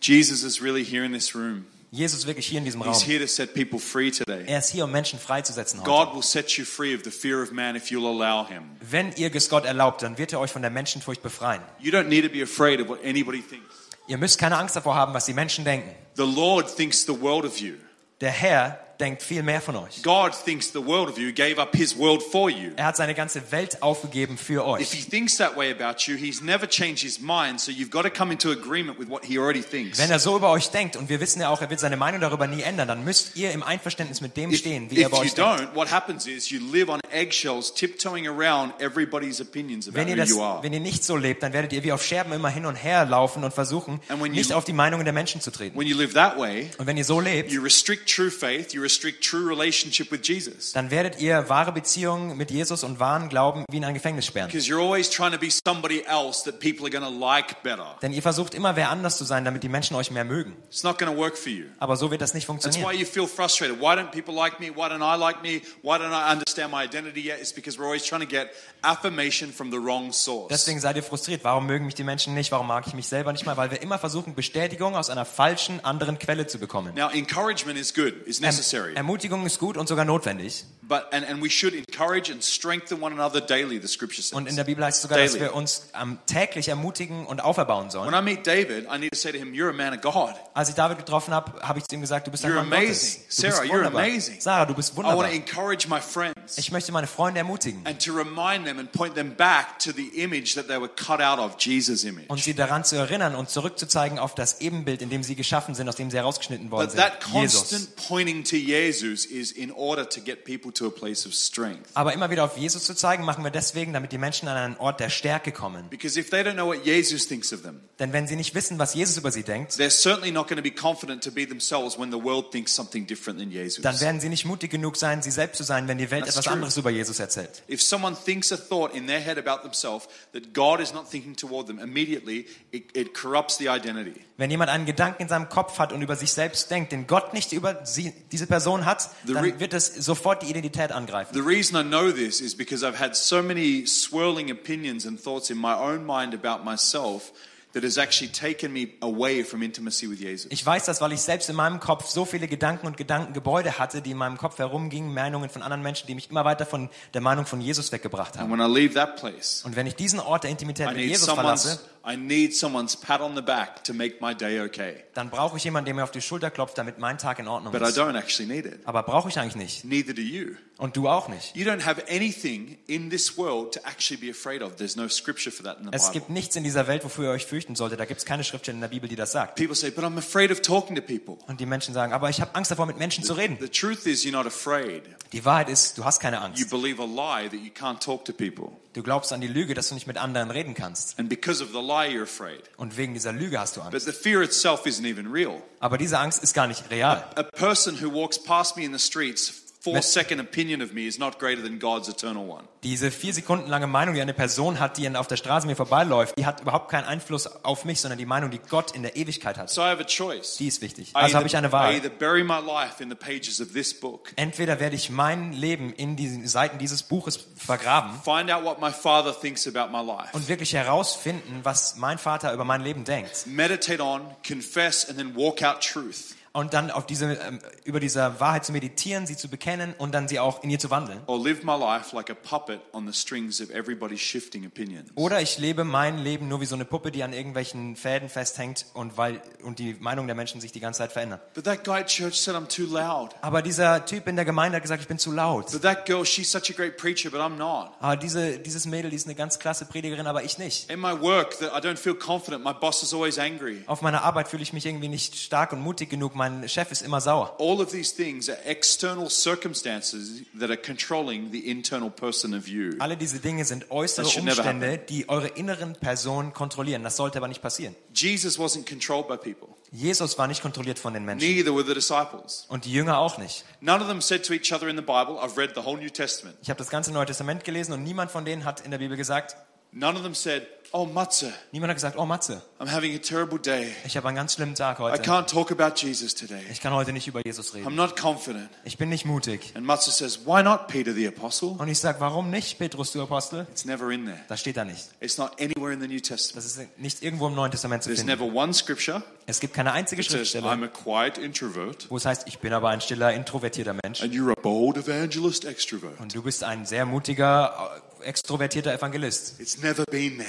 Jesus is really here in this room. Jesus ist wirklich hier in diesem He's Raum. here to set people free today. Er ist hier, um Menschen freizusetzen heute. God will set you free of the fear of man if you'll allow him. Wenn ihr es Gott erlaubt, dann wird er euch von der Menschenfurcht befreien. You don't need to be afraid of what anybody thinks. Ihr müsst keine Angst davor haben, was die Menschen denken. The Lord thinks the world of you. Der Herr denkt viel mehr von euch. God thinks the world of you, gave up his world for you. Er hat seine ganze Welt aufgegeben für If he euch. thinks that way about you, he's never changed his mind, so you've got to come into agreement with what he already thinks. Wenn er so über euch denkt, und wir wissen ja auch, er wird seine Meinung darüber nie ändern, dann müsst ihr im Einverständnis mit dem If, stehen, wie er if bei you euch denkt. don't, what happens is you live on eggshells, tiptoeing around everybody's opinions about Wenn who ihr, das, you are. wenn ihr nicht so lebt, dann werdet ihr wie auf Scherben immer hin und her laufen und versuchen, And when you- nicht auf die Meinungen der Menschen zu treten. When you live that way, Und wenn ihr so lebt, you restrict true faith, you restrict true relationship with Jesus. dann werdet ihr wahre Beziehungen mit Jesus und wahren Glauben wie in ein Gefängnis sperren. Because you're always trying to be somebody else that people are going to like better. Denn ihr versucht immer, wer anders zu sein, damit die Menschen euch mehr mögen. It's not going to work for you. Aber so wird das nicht That's why funktionieren. you feel frustrated. Why don't people like me? Why don't I like me? Why don't I understand my identity yet? It's because we're always trying to get affirmation from the wrong source. Deswegen seid ihr frustriert. Warum mögen mich die Menschen nicht? Warum mag ich mich selber nicht mal? Weil wir immer versuchen, Bestätigung aus einer falschen, anderen Quelle zu bekommen. Now, encouragement is good, it's necessary. Erm- Ermutigung ist gut und sogar notwendig. But and, and we should encourage and strengthen one another daily, the scripture says. Und in der Bibel heißt es sogar, dass Daily. wir uns am täglich ermutigen und auferbauen When sollen. I meet David, I need to say to him, You're a man of God. Als ich David getroffen habe, habe ich zu ihm gesagt, du bist ein You're Mann Gottes. amazing. Du Sarah, bist you're wunderbar. amazing. Sarah, du bist I want wunderbar. to encourage my friends Ich möchte meine Freunde ermutigen. and to remind them and point them back to the image that they were cut out of, Jesus' image. und sie daran zu erinnern und zurückzuzeigen auf das Ebenbild, in dem sie geschaffen sind, aus dem sie herausgeschnitten worden But that sind. Jesus. constant pointing to Jesus is in order to get people to a place of strength. Aber immer wieder auf Jesus zu zeigen, machen wir deswegen, damit die Menschen an einen Ort der Stärke kommen. Because if they don't know what Jesus thinks of them, Denn wenn sie nicht wissen, was Jesus über sie denkt, they're certainly not going to be confident to be themselves when the world thinks something different than dann Jesus. werden sie nicht mutig genug sein, sie selbst zu sein, wenn die Welt That's etwas true. anderes über Jesus erzählt. If someone thinks a thought in their head about themselves that God is not thinking toward them, immediately it, it corrupts the identity. Wenn jemand einen Gedanken in seinem Kopf hat und über sich selbst denkt, den Gott nicht über sie, diese Person hat, The dann re- wird es sofort die Identität angreifen. The reason I know this is because I've had so many swirling opinions and thoughts in my own mind about myself that has actually taken me away from intimacy with Jesus. Ich weiß das, weil ich selbst in meinem Kopf so viele Gedanken und Gedankengebäude hatte, die in meinem Kopf herumgingen, Meinungen von anderen Menschen, die mich immer weiter von der Meinung von Jesus weggebracht And haben. when I leave that place, Und wenn ich diesen Ort der Intimität I mit need Jesus someone's verlasse, I need someone's pat on the back to make my day okay. dann brauche ich jemanden, der mir auf die Schulter klopft, damit mein Tag in Ordnung But I ist. don't actually need it. Aber brauche ich eigentlich nicht. Neither do you. Und du auch nicht. You don't have anything in this world to actually be afraid of. There's no scripture for that in the Es Bible. gibt nichts in dieser Welt, wofür ihr euch fürchten solltet. Da gibt es keine Schriftstelle in der Bibel, die das sagt. People say, "But I'm afraid of talking to people." Und die Menschen sagen, aber ich habe Angst davor, mit Menschen zu reden. The truth is you're not afraid. Die Wahrheit ist, du hast keine You Angst. believe a lie that you can't talk to people. Du glaubst an die Lüge, dass du nicht mit anderen reden kannst. And because of the lie you're afraid. Und wegen dieser Lüge hast du Angst. But the fear itself isn't even real. Aber diese Angst ist gar nicht real. A person who walks past me in the streets, four But- second opinion of me is not greater than God's eternal one. Diese vier Sekunden lange Meinung, die eine Person hat, die auf der Straße mir vorbeiläuft, die hat überhaupt keinen Einfluss auf mich, sondern die Meinung, die Gott in der Ewigkeit hat. So I have a choice. Die ist wichtig. I Also either, habe ich eine I Wahl. either bury my life in the pages of this book, Entweder werde ich mein Leben in diesen Seiten dieses Buches vergraben find out what my father thinks about my life, und wirklich herausfinden, was mein Vater über mein Leben denkt. meditate on, confess, and then walk out truth. Und dann auf diese, ähm, über diese Wahrheit zu meditieren, sie zu bekennen und dann sie auch in ihr zu wandeln. Or live my life like a puppet on the strings of everybody's shifting opinions. Oder ich lebe mein Leben nur wie so eine Puppe, die an irgendwelchen Fäden festhängt und, weil, und die Meinung der Menschen sich die ganze Zeit verändert. But that guy at church said I'm too loud. Aber dieser Typ in der Gemeinde hat gesagt, ich bin zu laut. But that girl, she's such a great preacher, but I'm not. Aber diese, dieses Mädel, die ist eine ganz klasse Predigerin, aber ich nicht. In my work, that I don't feel confident. My boss is always angry. Auf meiner Arbeit fühle ich mich irgendwie nicht stark und mutig genug. Mein Chef ist immer sauer. All of these things are external circumstances that are controlling the internal person of you. Alle diese Dinge sind äußere That should never Umstände, die eure inneren Personen kontrollieren. Das sollte aber nicht passieren. Jesus wasn't controlled by people. Jesus war nicht kontrolliert von den Menschen. Neither were the disciples. Und die Jünger auch nicht. None of them said to each other in the Bible, I've read the whole New Testament. Ich habe das ganze Neue Testament gelesen und niemand von denen hat in der Bibel gesagt, None of them said, Oh, Matzah, niemand hat gesagt, oh Matze, I'm having a terrible day. ich habe einen ganz schlimmen Tag I heute. can't talk about Jesus today. Ich kann heute nicht über Jesus reden. I'm not confident. Ich bin nicht mutig. And Matzah says, Why not Peter the Apostle? Und ich sage, warum nicht, Petrus, du Apostel? It's never in there. Das steht da nicht. It's not anywhere in the New Testament. Das ist nicht irgendwo im Neuen Testament zu There's finden. never one scripture Es gibt keine einzige that says, Schriftstelle, I'm a quiet introvert wo es heißt, ich bin aber ein stiller, introvertierter Mensch. and you're a bold evangelist extrovert. Und du bist ein sehr mutiger, äh, extrovertierter Evangelist. It's never been there.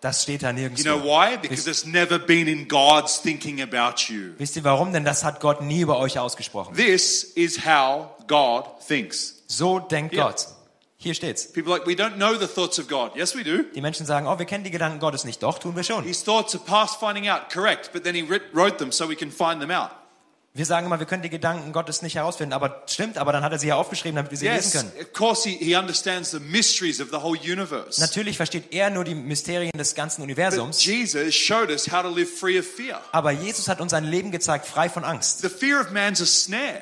Das steht da You know nirgendwo. why? Because it's never been in God's thinking about you. Wisst ihr warum? Denn das hat Gott nie über euch ausgesprochen. This is how God thinks. So denkt Ja. Gott. Hier steht's. People are like, we don't know the thoughts of God. Yes, we do. Die Menschen sagen, oh, wir kennen die Gedanken Gottes nicht. Doch, tun wir schon. His thoughts are past finding out, correct, but then he writ- wrote them so we can find them out. Wir sagen immer, wir können die Gedanken Gottes nicht herausfinden. Aber stimmt, aber dann hat er sie ja aufgeschrieben, damit wir sie lesen Yes, können. of course, he, he understands the mysteries of the whole universe. Natürlich versteht er nur die Mysterien des ganzen But Universums. Jesus showed us how to live free of fear. Aber Jesus hat uns ein Leben gezeigt, frei von Angst. The fear of man's a snare.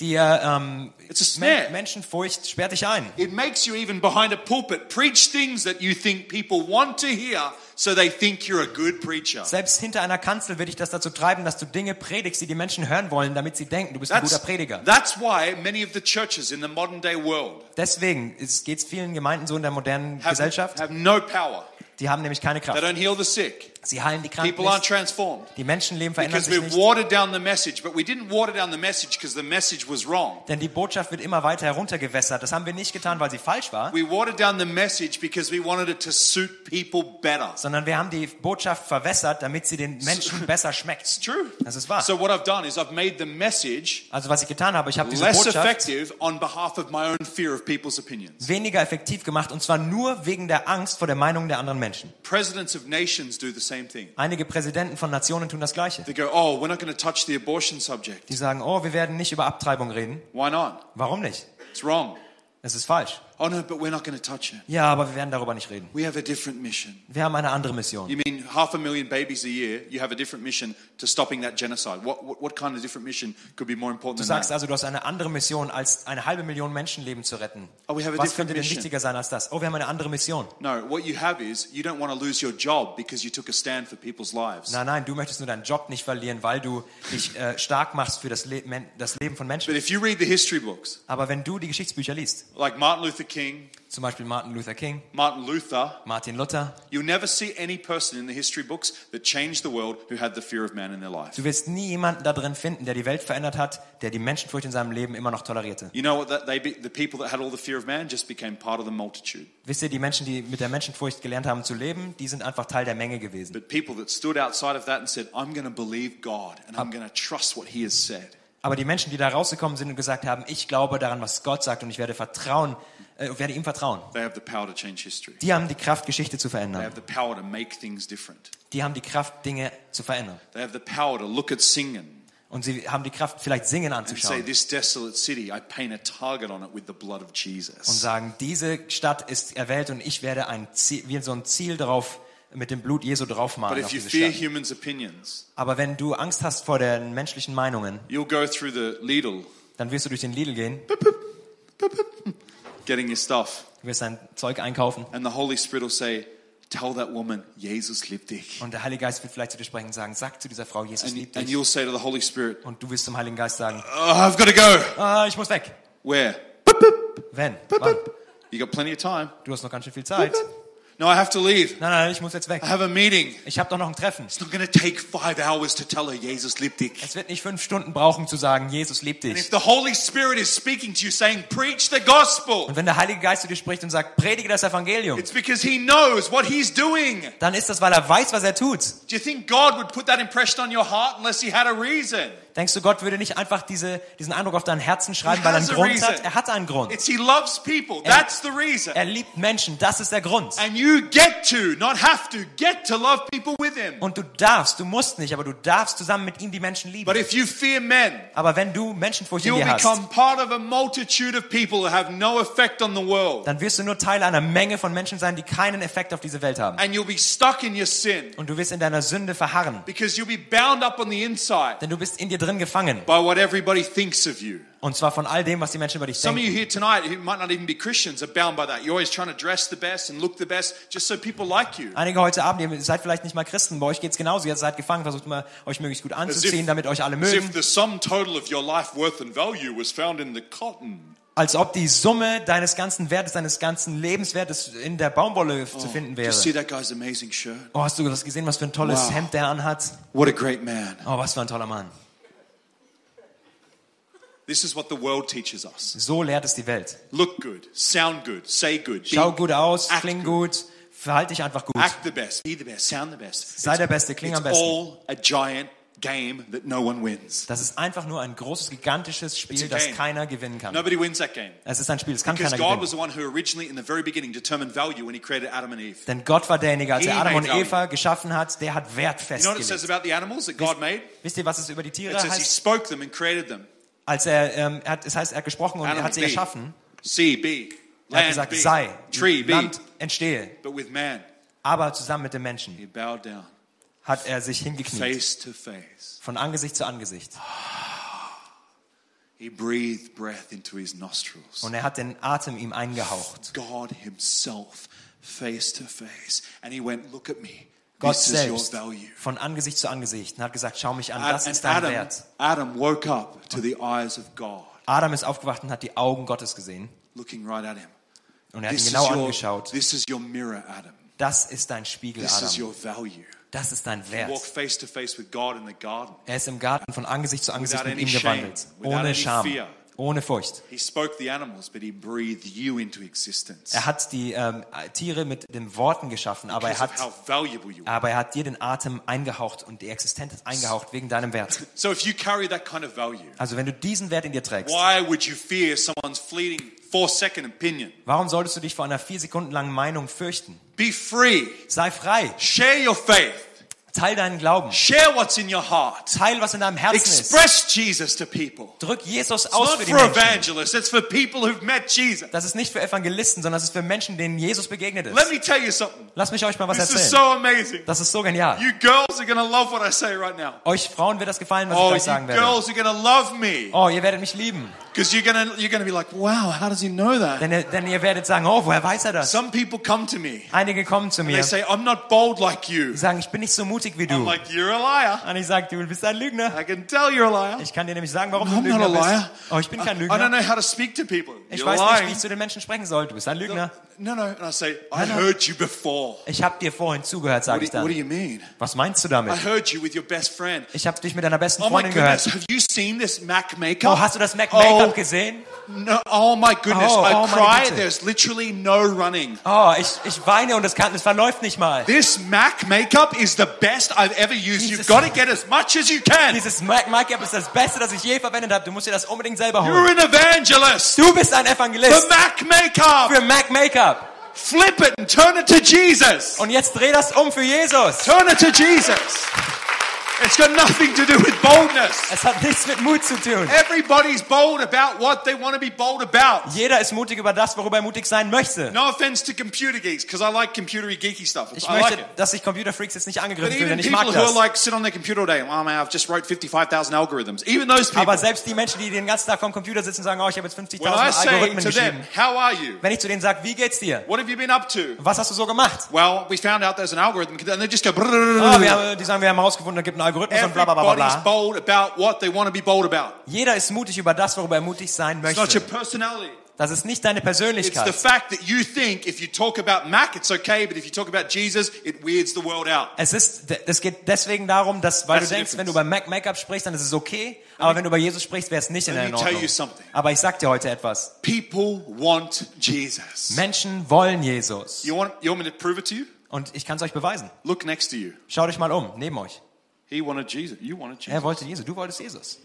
Die ähm, It's a Men snare. Menschenfurcht sperrt dich ein. It makes you even behind a pulpit preach things that you think people want to hear so they think you're a good preacher. Selbst hinter einer Kanzel wird dich das dazu treiben, dass du Dinge predigst, die die Menschen hören wollen, damit sie denken, du bist ein That's, guter Prediger. that's why many of the churches in the modern day world Deswegen geht es vielen Gemeinden so in der modernen have, Gesellschaft. have no power. Die haben nämlich keine They Kraft. don't heal the sick. Sie heilen die Kranken People aren't nicht. transformed. Die Menschenleben verändern Because sich we've nicht. watered down the message, but we didn't water down the message because the message was wrong. Denn die Botschaft wird immer weiter heruntergewässert. Das haben wir nicht getan, weil sie falsch war, We watered down the message because we wanted it to suit people better. sondern wir haben die Botschaft verwässert, damit sie den Menschen besser It's schmeckt. true. Das ist wahr. So what I've done is I've made the message Also was ich getan habe, ich habe diese less Botschaft effective on behalf of my own fear of people's opinions. weniger effektiv gemacht und zwar nur wegen der Angst vor der Meinung der anderen Menschen. Presidents of nations do the same thing. Einige Präsidenten von Nationen tun das Gleiche. They go, "Oh, we're not going to touch the abortion subject." Die sagen, oh, wir werden nicht über Abtreibung reden. Why not? Warum nicht? It's wrong. Es ist falsch. Oh no, but we're not going to touch it. Ja, aber wir werden darüber nicht reden. We have a different mission. Wir haben eine andere Mission. You mean half a million babies a year? You have a different mission to stopping that genocide. What, what, what kind of different mission could be more important than Du sagst that? also, du hast eine andere Mission, als eine halbe Million Menschenleben zu retten. Oh, we have a Was different könnte denn mission. wichtiger sein als das? Oh, wir haben eine andere Mission. No, what you have is you don't want to lose your job because you took a stand for people's lives. Nein, nein, du möchtest nur deinen Job nicht verlieren, weil du dich äh, stark machst für das, Le Men das Leben von But Menschen. if you read the history books, Aber wenn du die Geschichtsbücher liest, like Martin Luther King, Zum Beispiel Martin Luther King, Martin Luther, Martin Luther. you'll never see any person in the history books that changed the world who had the fear of man in their life. Du wirst nie jemanden da drin finden, der die Welt verändert hat, der die Menschenfurcht in seinem Leben immer noch tolerierte. You know what? That they be, the people that had all the fear of man just became part of the multitude. Wisst ihr, die Menschen, die mit der Menschenfurcht gelernt haben zu leben, die sind einfach Teil der Menge gewesen. But people that stood outside of that and said, "I'm going to believe God and I'm going to trust what He has said." Aber die Menschen, die da rausgekommen sind und gesagt haben, ich glaube daran, was Gott sagt und ich werde vertrauen, äh, werde ihm vertrauen. They have the power to change history. Die haben die Kraft, Geschichte zu They verändern. have the power to make things different. Die haben die Kraft, Dinge zu verändern. They have the power to look at singing Und sie haben die Kraft, vielleicht Singen and say, anzuschauen This desolate city, I paint a target on it with the blood of und Jesus. sagen, diese Stadt ist erwählt und ich werde ein Ziel, wie so ein Ziel drauf mit dem Blut Jesu But draufmalen auf if you diese fear Stadt. humans' opinions, Aber wenn du Angst hast vor den menschlichen Meinungen, you'll go through the Lidl dann wirst du durch den Lidl gehen, getting your stuff, du wirst dein Zeug einkaufen and the Holy Spirit will say, Tell that woman, Jesus liebt dich. und der Heilige Geist wird vielleicht zu dir sprechen und sagen, sag zu dieser Frau, Jesus And, liebt and dich. you'll say to the Holy Spirit, Und du wirst zum Heiligen Geist sagen, oh, I've got to go. ah, ich muss weg. Where? Wenn, wann? You got plenty of time. du hast noch ganz schön viel Zeit. No, I have to leave. Nein, nein, ich muss jetzt weg. I have a meeting. Ich habe doch noch ein Treffen. It's not going to take five hours to tell her Jesus liebt dich. Es wird nicht fünf Stunden brauchen zu sagen, Jesus liebt And if dich. the Holy Spirit is speaking to you, saying, Preach the gospel. Und wenn der Heilige Geist zu dir spricht und sagt, predige das Evangelium, It's because he knows what he's doing. Do dann ist das, weil er weiß, was er tut. you think God would put that impression on your heart unless he had a reason? Denkst du, Gott würde nicht einfach diese, diesen Eindruck auf dein Herzen schreiben, He weil er has einen a Grund hat? reason. Er hat einen Grund. It's he loves people. That's the reason. Er liebt Menschen, das ist der Grund. And you get to, not have to, get to love people with him. Und du darfst, du musst nicht, aber du darfst zusammen mit ihm die Menschen But lieben. if you fear men, Aber wenn du Menschenfurcht in you'll dir hast, become part of a multitude of people who have no effect on the world. dann wirst du nur Teil einer Menge von Menschen sein, die keinen Effekt auf diese Welt haben. And you'll be stuck in your sin Und du wirst in deiner Sünde verharren, because you'll be bound up on the inside denn du bist in dir drin gefangen. by what everybody thinks of you. Und zwar von all dem, was die Menschen über dich Some of denken. you here tonight who might not even be Christians are bound by that. You're always trying to dress the best and look the best just so people like you. Einige heute Abend, ihr seid vielleicht nicht mal Christen, bei euch geht's genauso. Ihr seid gefangen, versucht mal, euch möglichst gut As anzuziehen, if, damit euch alle as if mögen. the sum total of your life worth and value was found in the cotton. Als ob die Summe deines ganzen Wertes, deines ganzen Lebenswertes in der Baumwolle zu finden Do you wäre. see that guy's amazing shirt? Oh, hast du das gesehen, was für ein tolles Wow. Hemd der anhat? What a great man. Oh, was für ein toller Mann. This is what the world teaches us. So lehrt es die Welt. Look good, sound good, say good, be- Schau gut aus, act kling good, gut, verhalte dich einfach gut. act the best, be the best, sound the best. Sei der Beste, kling It's am besten. all a giant game that no one wins. Das ist einfach nur ein großes, gigantisches It's a Spiel, das game. keiner gewinnen kann. Nobody wins that game. Es ist ein Spiel, das kann Because keiner God was gewinnen. the one who originally, in the very beginning, determined value when he created Adam and Eve. Denn Gott war derjenige, als He er Adam und made value. Eva geschaffen hat, der hat Wert You know what it says festgelegt. about the animals that God made? Wisst ihr, was es über die Tiere It says he heißt? spoke them and created them. Als er, ähm, er hat, es heißt, er hat gesprochen und er Animal, hat sie be. erschaffen. Sea, be. Er hat Land, gesagt, be. sei, Tree, be. Land entstehe. But with man, Aber zusammen mit dem Menschen he bowed down, hat er sich hingekniet. face to face. Von Angesicht zu Angesicht. He breathed breath into his nostrils. Und er hat den Atem ihm eingehaucht. God himself, face to face. And he went, Look at me. Gott this is your selbst value. von Angesicht zu Angesicht und hat gesagt, schau mich an, Ad- das and ist dein Adam, Wert. Adam woke up to the eyes of God, Adam ist aufgewacht und hat die Augen Gottes gesehen looking right at him. und er hat ihn This is genau your- angeschaut. this is your mirror, Adam. Das ist dein Spiegel, This is Adam. your value. Das ist dein Walk Wert. face to face with God in the garden. Er ist im Garten von Angesicht zu Angesicht Without mit any ihm shame, gewandelt. without any Ohne Scham, fear. ohne Furcht. He spoke the animals, but he breathed you into existence. Er hat die ähm, Tiere mit den Worten geschaffen, aber er Because of how hat, valuable you are. aber er hat dir den Atem eingehaucht und die Existenz eingehaucht wegen deinem Wert. So if you carry that kind of value, Also wenn du diesen Wert in dir trägst, why would you fear someone's fleeting four-second opinion? warum solltest du dich vor einer vier Sekunden langen Meinung fürchten? Be free. Sei frei, Share your faith. teil deinen Glauben. Share what's in your heart. Teil, was in deinem Herzen ist. Express Jesus to people. Drück Jesus It's aus not für die for Menschen. evangelists. It's for people who've met Jesus. Das ist nicht für Evangelisten, sondern das ist für Menschen, denen Jesus begegnet Let ist. me tell you something. Lass mich euch mal was This is erzählen. so amazing. Das ist so genial. You girls are going to love what I say right now. Euch Frauen wird das gefallen, was ich Oh, gleich sagen you werde. girls are going to love me Oh, ihr werdet mich lieben. because you're going to you're going to be like, "Wow, how does he know that?" Denn ihr, denn ihr werdet sagen, oh, woher weiß er das? Some people come to me. Einige kommen zu They mir. Sie say, "I'm not bold like you." sagen, ich bin nicht so mutig wie I'm du. like, you're a liar. Und ich sag, du bist ein Lügner. I can tell you're a liar. Ich kann dir nämlich sagen, warum No, du ein I'm not a Lügner bist. liar. Oh, ich bin kein I don't Lügner. know how to speak to people. Ich you're weiß nicht, lying. wie ich zu den Menschen sprechen soll. Du bist ein Lügner. No, no. And I say, I no. heard you before. Ich habe dir vorhin zugehört, What sage do, ich you, what do dann. you mean? Was meinst du I damit? heard you with your best friend. Ich habe dich mit deiner besten Oh my Freundin goodness, gehört. have you seen this Mac makeup? Oh, hast du das Mac Make-up Oh, gesehen? no, oh my goodness, Oh, I oh, meine cried. Güte. There's literally no running. Oh, ich, ich weine und es, kann, es verläuft nicht mal. This Mac makeup is the best I've ever used. Jesus. You've got to get as much as you can. Dieses Mac Make-up ist das Beste, das ich je verwendet habe. Du musst dir das unbedingt selber You're holen. an evangelist. Du bist ein The Evangelist Mac makeup. für Mac Make-up. Flip it and turn it to Jesus. Und jetzt dreh das um für Jesus. Turn it to Jesus. It's got nothing to do with boldness. Es hat nichts mit Mut zu tun. Everybody's bold about what they want to be bold about. Jeder ist mutig über das, worüber er mutig sein möchte. No offense to computer geeks, because I like computery geeky stuff. Ich I like möchte, it. dass sich Computerfreaks jetzt nicht But angegriffen fühlen, even denn ich people mag who are das. like sit on their computer all day, oh man, I've just wrote 55,000 algorithms. Even those people, Aber selbst die Menschen, die den ganzen Tag vorm Computer sitzen und sagen, oh, ich habe jetzt when I 50.000 say Algorithmen to them, geschrieben. how are you? Wenn ich zu denen sage, wie geht's dir? What have you been up to? Was hast du so gemacht? Well, we found out there's an algorithm, and they just go. Ah, wir haben, die sagen, wir haben herausgefunden, da gibt einen Algorithmus und bla bla bla bla Everybody's bla. bold about what they want to be bold about. Jeder ist mutig über das, worüber er mutig sein It's not your möchte. personality. Das ist nicht deine It's the Persönlichkeit. fact that you think if you talk about Mac, it's okay, but if you talk about Jesus, it weirds the world out. Es ist, es geht deswegen darum, dass, weil du That's the denkst, wenn du difference. über Mac Make-up sprichst, dann ist es okay. Aber wenn du über Jesus sprichst, wäre es nicht in Let me der tell Ordnung. you something. Aber ich sag dir heute etwas. People want Jesus. Menschen wollen Jesus. You want, you want me to prove it to you? Und ich kann es euch beweisen. Look next to you. Schaut euch mal um, neben euch. He wanted Jesus. You wanted Er Jesus. wollte Jesus. Du wolltest Jesus.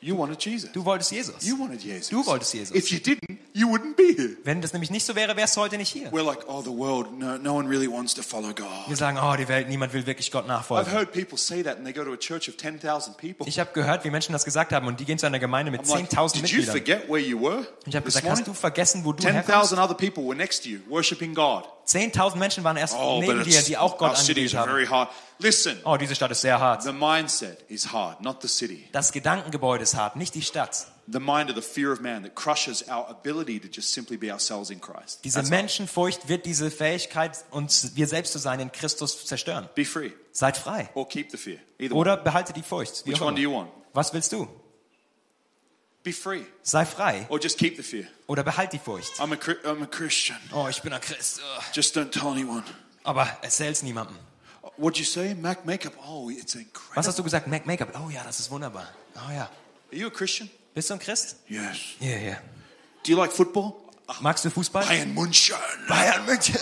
You wanted Jesus. Du wolltest Jesus. You wanted Jesus. Du wolltest Jesus. If you didn't, you wouldn't be here. Wenn das nämlich nicht so wäre, wärst du heute nicht hier. We're like, oh, the world, no, no one really wants to follow God. Wir sagen, oh, die Welt, niemand will wirklich Gott I've nachfolgen. heard people say that and they go to a church of 10,000 people. Ich habe gehört, wie Menschen das gesagt haben und die gehen zu einer Gemeinde mit I'm like, 10.000 did you Mitgliedern. Und forget where you were ich habe this gesagt, hast morning? du vergessen, wo du herkommst? 10,000 other people were next to you, worshiping God. 10.000 Menschen waren erst Oh, but neben dir, it's, die auch our Gott cities angebetet are haben. very hard. Listen, Oh, diese Stadt ist sehr hart. the mindset is hard, not the city. Das Gedankengebäude ist hart, nicht die Stadt. The mind of the fear of man that crushes our ability to just simply be ourselves in Christ. Diese That's hard. Menschenfurcht wird diese Fähigkeit, uns wir selbst zu sein in Christus zerstören. Be free Seid frei. or keep the fear. Either one. Oder behalte die Furcht. Wie Which auch one do you immer. want? Was willst du? Be free Sei frei or just keep the fear. oder behalte die Furcht. I'm a, Chri- I'm a Christian. Oh, ich bin ein Christ. Ugh. Just don't tell anyone. Aber erzähl's niemandem. What'd you say? Mac makeup? Oh, it's incredible. Was hast du gesagt? Mac Make-up. Oh ja, das ist wunderbar. Oh ja. Are you a Christian? Bist du ein Christ? Yes. Ja, ja. Do you like football? Magst du Fußball? Bayern München. Bayern München.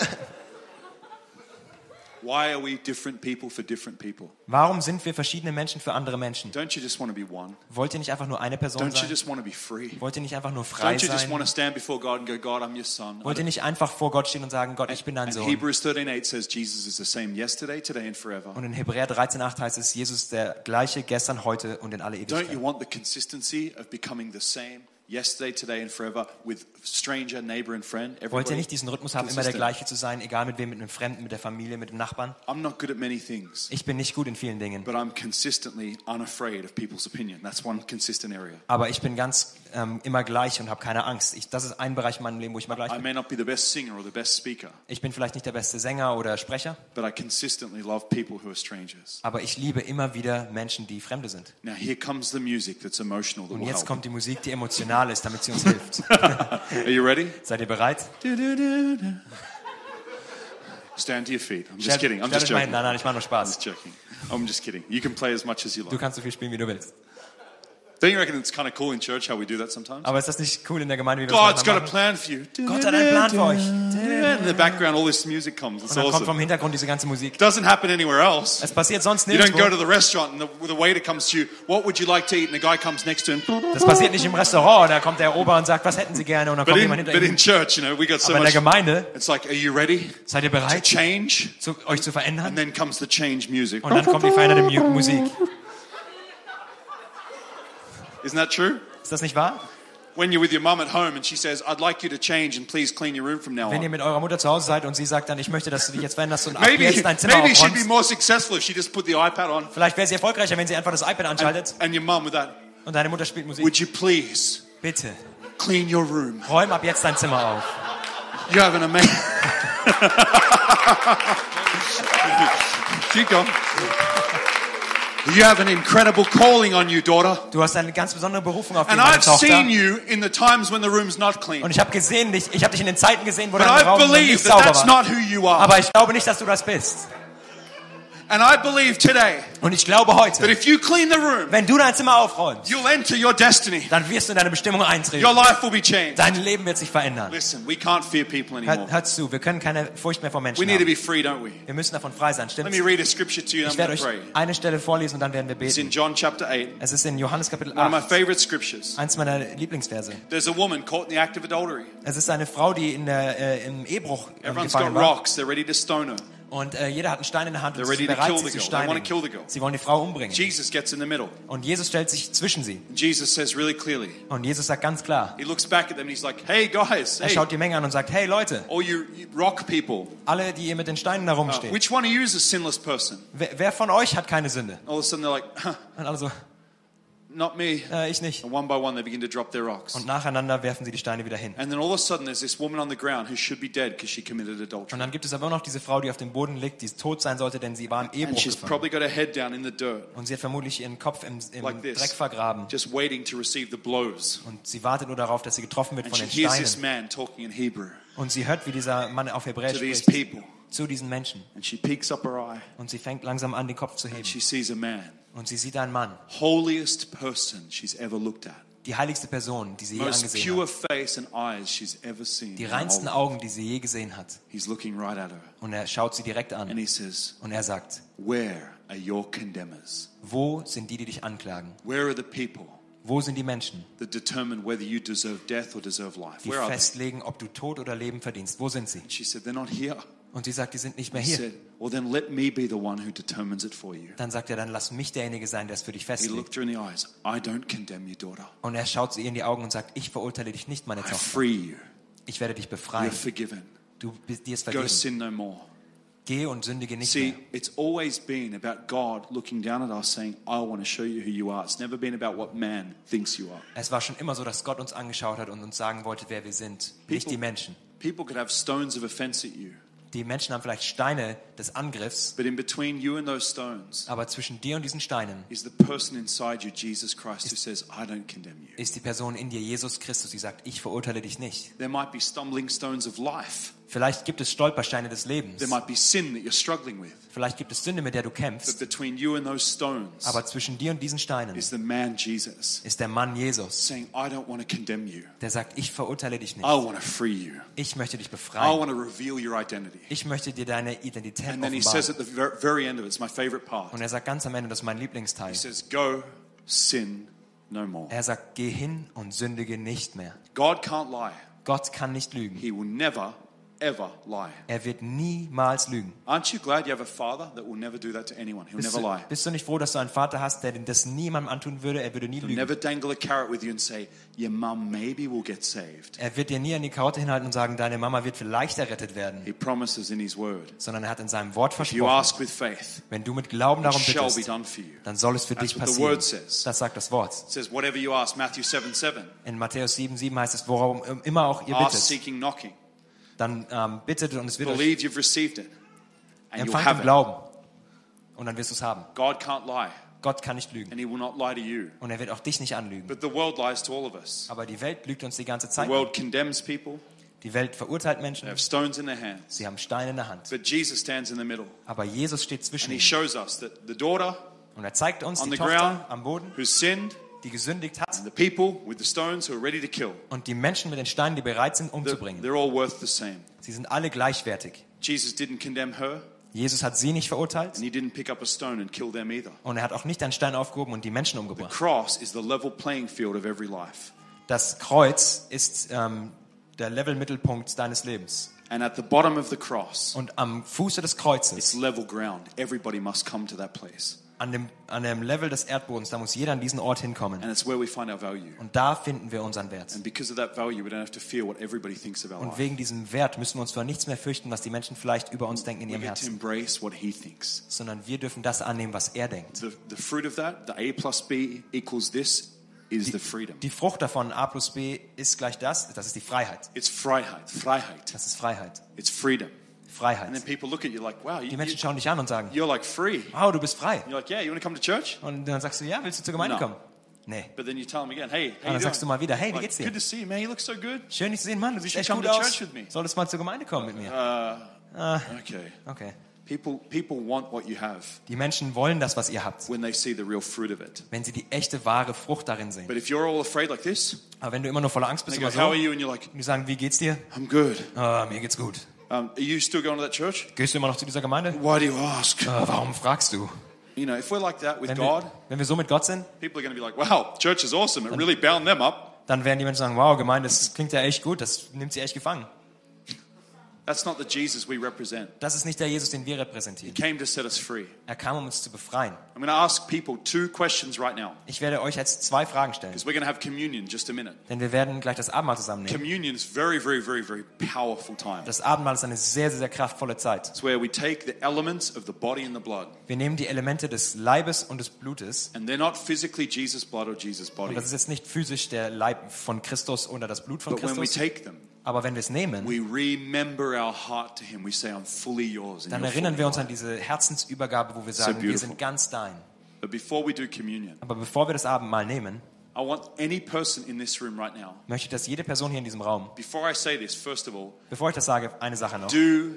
Why are we different people for different people? Warum sind wir verschiedene Menschen für andere Menschen? Don't you just want to be one? Wollt ihr nicht einfach nur eine Person Don't you sein? just want to be free? Wollt ihr nicht einfach nur frei Don't you just sein? want to stand before God and go, God, I'm your son? Wollt ihr nicht einfach vor Gott stehen und sagen, Gott, ich bin dein And Sohn? Hebrews 13:8 says Jesus is the same yesterday, today, and forever. Und in Hebräer 13,8 heißt es, Jesus ist der gleiche gestern, heute und in alle Don't you Ewigkeit. want the consistency of becoming the same yesterday, today, and forever with stranger, neighbor, and friend? Wollt ihr Everybody nicht diesen Rhythmus haben, immer der consistent. gleiche zu sein, egal mit wem, mit einem Fremden, mit der Familie, mit dem Nachbarn? I'm not good at many things, Ich bin nicht gut in vielen Dingen, but I'm consistently unafraid of people's opinion. That's one consistent area. aber ich bin ganz ähm, immer gleich und habe keine Angst. Ich, das ist ein Bereich in meinem Leben, wo ich immer gleich I bin. may not be the best singer or the best speaker, Ich bin vielleicht nicht der beste Sänger oder Sprecher, but I consistently love people who are strangers. aber ich liebe immer wieder Menschen, die Fremde sind. Now here comes the music that's emotional that Und will jetzt help. kommt die Musik, die emotional ist, damit sie uns hilft. Are you ready? Seid ihr bereit? Stand to your feet. I'm just kidding. I'm Stellt just euch mal hin. joking. Nein, nein, ich mache nur I'm Spaß. just joking. I'm just kidding. You can play as much as you Du like. kannst so viel spielen, wie du willst. Don't you reckon it's kind of cool in church how we do that sometimes? Aber ist das nicht cool in der Gemeinde, wie wir God's das got a manchmal plan machen? for you. Gott hat einen Plan für euch. In the background, all this music comes. It's Und dann kommt vom awesome. Hintergrund diese ganze Musik. Doesn't happen anywhere else. Es passiert sonst You don't go to nirgendwo. the restaurant and the, the waiter comes to you, what would you like to eat? And the guy comes next to him. Das passiert nicht im Restaurant. Und da kommt der Ober und sagt, was hätten Sie gerne? Und dann But kommt in, jemand hinter but in Ihnen. church, you know, we got so Aber in der much. Gemeinde, It's like, are you ready seid ihr to bereit, change? zu, euch zu And verändern? then comes the change music. Und dann kommt die veränderte Mu- Musik. Isn't that true? Ist das nicht wahr? When you're with your mum at home and she says, I'd like you to change and please clean your room from now Wenn ihr on. mit eurer Mutter zu Hause seid und sie sagt dann, ich möchte, dass du dich jetzt veränderst und ab Maybe, jetzt dein Zimmer maybe she'd be aufräumst. more successful if she just put the iPad on. Vielleicht wäre sie erfolgreicher, wenn sie einfach das iPad And, anschaltet and your mum with that, und deine Mutter spielt Musik. would you please Bitte, clean your room? räum ab jetzt dein Zimmer auf. You have an amazing. Keep going. You have an incredible calling on you, daughter. Du hast eine ganz besondere Berufung auf dich, And meine I've seen Tochter. you in the times when the room's not clean. Und ich habe gesehen dich, ich habe dich in den Zeiten gesehen, wo But dein I Raum noch believe nicht that sauber that's war. not who you are. Aber ich glaube nicht, dass du das bist. And I believe today Und ich glaube that heute, if you clean the room, wenn du dein Zimmer aufräumst, you'll enter your destiny. dann wirst du in deine Bestimmung eintreten. Your life will be changed. Dein Leben wird sich verändern. Listen, we can't fear people Hör, anymore. hört zu, wir können keine Furcht mehr vor We Menschen need to haben. be free, don't we? Wir müssen davon frei sein, Let me stimmt's? read a scripture to you and Ich I'm werde going to pray. euch eine Stelle vorlesen und dann werden wir It's in beten. John chapter 8, Es ist in Johannes Kapitel one of my 8, favorite scriptures. eins meiner Lieblingsverse. There's a woman caught in the act of adultery. Es ist eine Frau, die in der, äh, im Ehebruch äh, Everyone's got gefangen war. rocks, they're ready to stone her. Und äh, jeder hat einen Stein in der Hand und They're sie ready sind to bereit, kill sie the zu girl. They wanna kill the steinigen. girl. Sie wollen die Frau umbringen. Jesus gets in the middle. Und Jesus stellt sich zwischen sie. Jesus says really clearly, Und Jesus sagt ganz klar, he looks back at them and he's like, hey guys, er hey, schaut die Menge an und sagt, hey Leute, all you you rock people, alle, die ihr mit den Steinen da uh, rumsteht, which one of you is a sinless person? wer, wer von euch hat keine Sünde? All of a sudden they're like, huh, Und also, not me. äh, ich nicht. And one by one they begin to drop their rocks. Und nacheinander werfen sie die Steine wieder hin. And then all of a sudden there's this woman on the ground who should be dead because she committed Und adultery. dann gibt es aber immer noch diese Frau, die auf dem Boden liegt, die tot sein sollte, denn sie war im And Ehebruch she's gefangen. probably got her head down in the dirt, Und sie hat vermutlich ihren Kopf im, im Like this. Dreck vergraben. just waiting to receive the blows. Und sie wartet nur darauf, dass sie getroffen wird And von she den hears this Steinen. man talking in Hebrew Und sie hört, wie dieser Mann auf Hebräisch to these spricht, people. zu diesen Menschen. And she peeks up her eye Und sie fängt langsam an, den Kopf zu and heben. she sees a man, Und sie sieht einen Mann, holiest person she's ever looked at, die heiligste Person, die sie je most angesehen pure hat. face and eyes she's ever seen. Die in her reinsten whole life. Augen, die sie je gesehen hat. He's looking right at her Und er schaut sie direkt and an. he says, Und er sagt, Where are your condemners? wo sind die, die dich anklagen? Where are the people Wo sind die Menschen, that determine whether you deserve death or deserve life? die Where are they? festlegen, ob du Tod oder Leben verdienst? Wo sind sie? She said, They're not here. Und sie sagt, die sind nicht mehr He hier. said, Well, then let me be the one who determines it for you. Dann sagt er, dann lass mich derjenige sein, der es für dich He festlegt. looked her in the eyes. I don't condemn you, daughter. Und er schaut sie in die Augen und sagt, ich verurteile dich nicht, meine I Tochter. free you. Ich werde dich You're befreien. forgiven. Du bist dir ist Go vergeben. sin no more. Geh und sündige nicht See, mehr. it's always been about God looking down at us saying, I want to show you who you are. It's never been about what man thinks you are. Es war schon immer so, dass Gott uns angeschaut hat und uns sagen wollte, wer wir sind, nicht die Menschen. People could have stones of offense at you, Die Menschen haben vielleicht Steine des Angriffs, but in between you and those stones aber zwischen dir und diesen Steinen is the person inside you, Jesus Christ, who says, I don't condemn you. ist die Person in dir, Jesus Christus, die sagt, ich verurteile dich nicht. There might be stumbling stones of life. Vielleicht gibt es Stolpersteine des Lebens. There might be sin that you're struggling with. Vielleicht gibt es Sünde, mit der du But kämpfst. between you and those stones Aber zwischen dir und diesen Steinen is the man Jesus ist der Mann Jesus, saying, I don't want to condemn you. der sagt, ich verurteile dich I nicht. want to free you. Ich möchte dich I befreien. want to reveal your identity. Ich möchte dir deine Identität And then he says offenbaren. at the ver- very end of it, it's my favorite part. Und er sagt ganz am Ende, das ist mein Lieblingsteil. He says, Go sin no more. Er sagt, geh hin und sündige nicht mehr. God can't lie. Gott kann nicht lügen. He will never, ever lie. Er wird niemals lügen. Aren't you glad you have a father that will never do that to anyone? He'll Bist never du, lie. bist du nicht froh, dass du einen Vater hast, der das niemandem antun würde? Er würde nie He'll lügen. never dangle a carrot with you and say, Your mum maybe will get saved. Er wird dir nie an die Karotte hinhalten und sagen, deine Mama wird vielleicht errettet werden. He promises in his word. Sondern er hat in seinem Wort If you versprochen, ask with faith, wenn du mit Glauben it darum shall be bittest, done for you. dann soll es für That's dich what the word passieren. says. Das sagt das Wort. It says, Whatever you ask, Matthew 7 7, In Matthäus 7,7 heißt es, worum immer auch ihr ask, bittet, seeking, knocking. dann ähm, bittet und es wird euch Believe you've received it, and you'll empfangt im have it. Glauben. Und dann wirst du es haben. God can't lie, Gott kann nicht lügen. and he will not lie to you. Und er wird auch dich nicht anlügen. But the world lies to all of us. Aber die Welt lügt uns die ganze The Zeit. world condemns people. Die Welt verurteilt They Menschen. have stones in their hands. Sie haben Steine in der Hand. But Jesus stands in the middle Aber Jesus steht zwischen and he ihnen. shows us that the daughter Und er zeigt uns on die the ground Tochter am Boden, who sinned, die gesündigt hat. and the people with the stones who are ready to kill, Und die Menschen mit den Steinen, die bereit sind, they're, umzubringen. they're all worth the same. Sie sind alle gleichwertig. Jesus didn't condemn her Jesus hat sie nicht and verurteilt. he didn't pick up a stone and kill them either. Und er hat auch nicht einen Stein aufgehoben und die Menschen The umgebracht. cross is the level playing field of every life. Das Kreuz ist ähm, der Level-Mittelpunkt deines Lebens. And at the bottom of the cross, Und am Fuße des it's Kreuzes, level ground. Everybody must come to that place. an dem, an dem Level des Erdbodens, da muss jeder an diesen Ort hinkommen. And it's where we find our value. Und da finden wir unseren Wert. And because of that value, we don't have to fear what everybody thinks of our Und life. wegen diesem Wert müssen wir uns vor nichts mehr fürchten, was die Menschen vielleicht über uns denken in We ihrem get to Herzen, embrace what he thinks. sondern wir dürfen das annehmen, was er denkt. The, the fruit of that, the A plus B equals this, is the freedom. Die Frucht davon, A plus B, ist gleich das, das ist die Freiheit. It's Freiheit. Freiheit. Das ist Freiheit. It's freedom. And then Freiheit. people look at you like, wow, you, Die Menschen schauen dich an und sagen, are like free. wow, du bist frei. You're like, yeah, you want to come to church? Und dann sagst du, ja, willst du zur Gemeinde No. kommen? Nee. But then you tell them again, hey, how Und you dann sagst du doing? mal wieder, hey, wie Like, geht's dir? good to see you, man. You look so good. Schön, dich zu sehen, Mann, du siehst should echt come gut to church aus. with me. Solltest mal zur Gemeinde kommen mit mir. Okay. Okay. People, people want what you have Die Menschen wollen das, was ihr habt, when they see the real fruit of it. wenn sie die echte, wahre Frucht darin sehen. But if you're all afraid like this, Aber wenn du immer nur voller Angst they bist go, oder how so, are und you? And you're like, die sagen, wie geht's dir? I'm good. Ah, mir geht's gut. Um, are you still going to that church? Gehst du immer noch zu dieser Gemeinde? Why do you ask? Ah, warum fragst du? You know, if we're like that with Wenn God, wir, wenn wir so mit Gott sind, people are going to be like, wow, church is awesome. It really bound them up. dann werden die Menschen sagen, wow, Gemeinde, das klingt ja echt gut, das nimmt sie echt gefangen. That's not the Jesus we represent. Das ist nicht der Jesus, den wir repräsentieren. He came to set us free. Er kam, um uns zu befreien. I'm going to ask people two questions right now Ich werde euch jetzt zwei Fragen stellen, because we're going to have communion in just a minute. denn wir werden gleich das Abendmahl zusammennehmen. Communion is very, very, very, very powerful time. Das Abendmahl ist eine sehr, sehr, sehr kraftvolle Zeit. It's where we take the elements of the body and the blood, Wir nehmen die Elemente des Leibes und des Blutes. and they're not physically Jesus' blood or Jesus' Und body. das ist jetzt nicht physisch der Leib von Christus oder das Blut von But when we Christus. take them, Aber wenn wir es nehmen, we remember our heart to Him. We say, I'm fully yours. and dann you're erinnern fully wir uns mine." an diese Herzensübergabe, wo wir sagen, wir beautiful. sind ganz dein. But before we do communion, Aber bevor wir das Abendmahl nehmen, I want any person in this room right now, möchte ich, dass jede Person hier in diesem Raum, before I say this, first of all, bevor ich das sage, eine Sache noch. do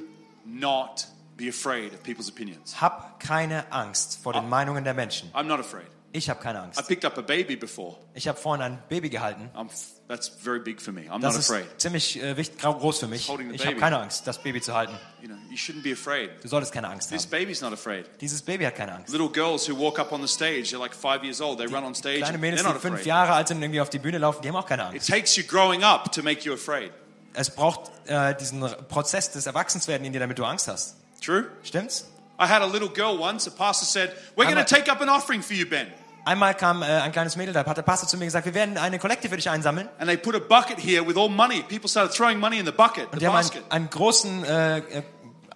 not be afraid of people's opinions. Hab keine Angst Ah. vor den Meinungen der Menschen. I'm not afraid. Ich habe keine I Angst. picked up a baby before. Ich habe vorhin ein Baby gehalten. I'm f- that's very big for me. I'm Das not ist afraid. ziemlich äh, wichtig, grau- groß für mich. Holding the Ich habe baby. keine Angst, das Baby zu halten. You know, you shouldn't be afraid. Du solltest keine Angst This haben. baby's not afraid. Dieses Baby hat keine Angst. Little girls who walk up on the stage, they're like five years old, they run on stage, Kleine and they're Mädels, not die fünf afraid. Jahre alt sind und irgendwie auf die Bühne laufen, die haben auch keine It Angst. takes you growing up to make you afraid. Es braucht äh, diesen Prozess des Erwachsenswerden in dir, damit du Angst hast. True? Stimmt's? I had a little girl once, a pastor said, We're going to Einmal- take up an offering for you, Ben. Einmal kam äh, ein kleines Mädel, da hat der Pastor zu mir gesagt, wir werden eine Kollekte für dich einsammeln. And they put a bucket here with all money. People started throwing money in the bucket, the Und die haben basket. einen, einen großen äh, äh,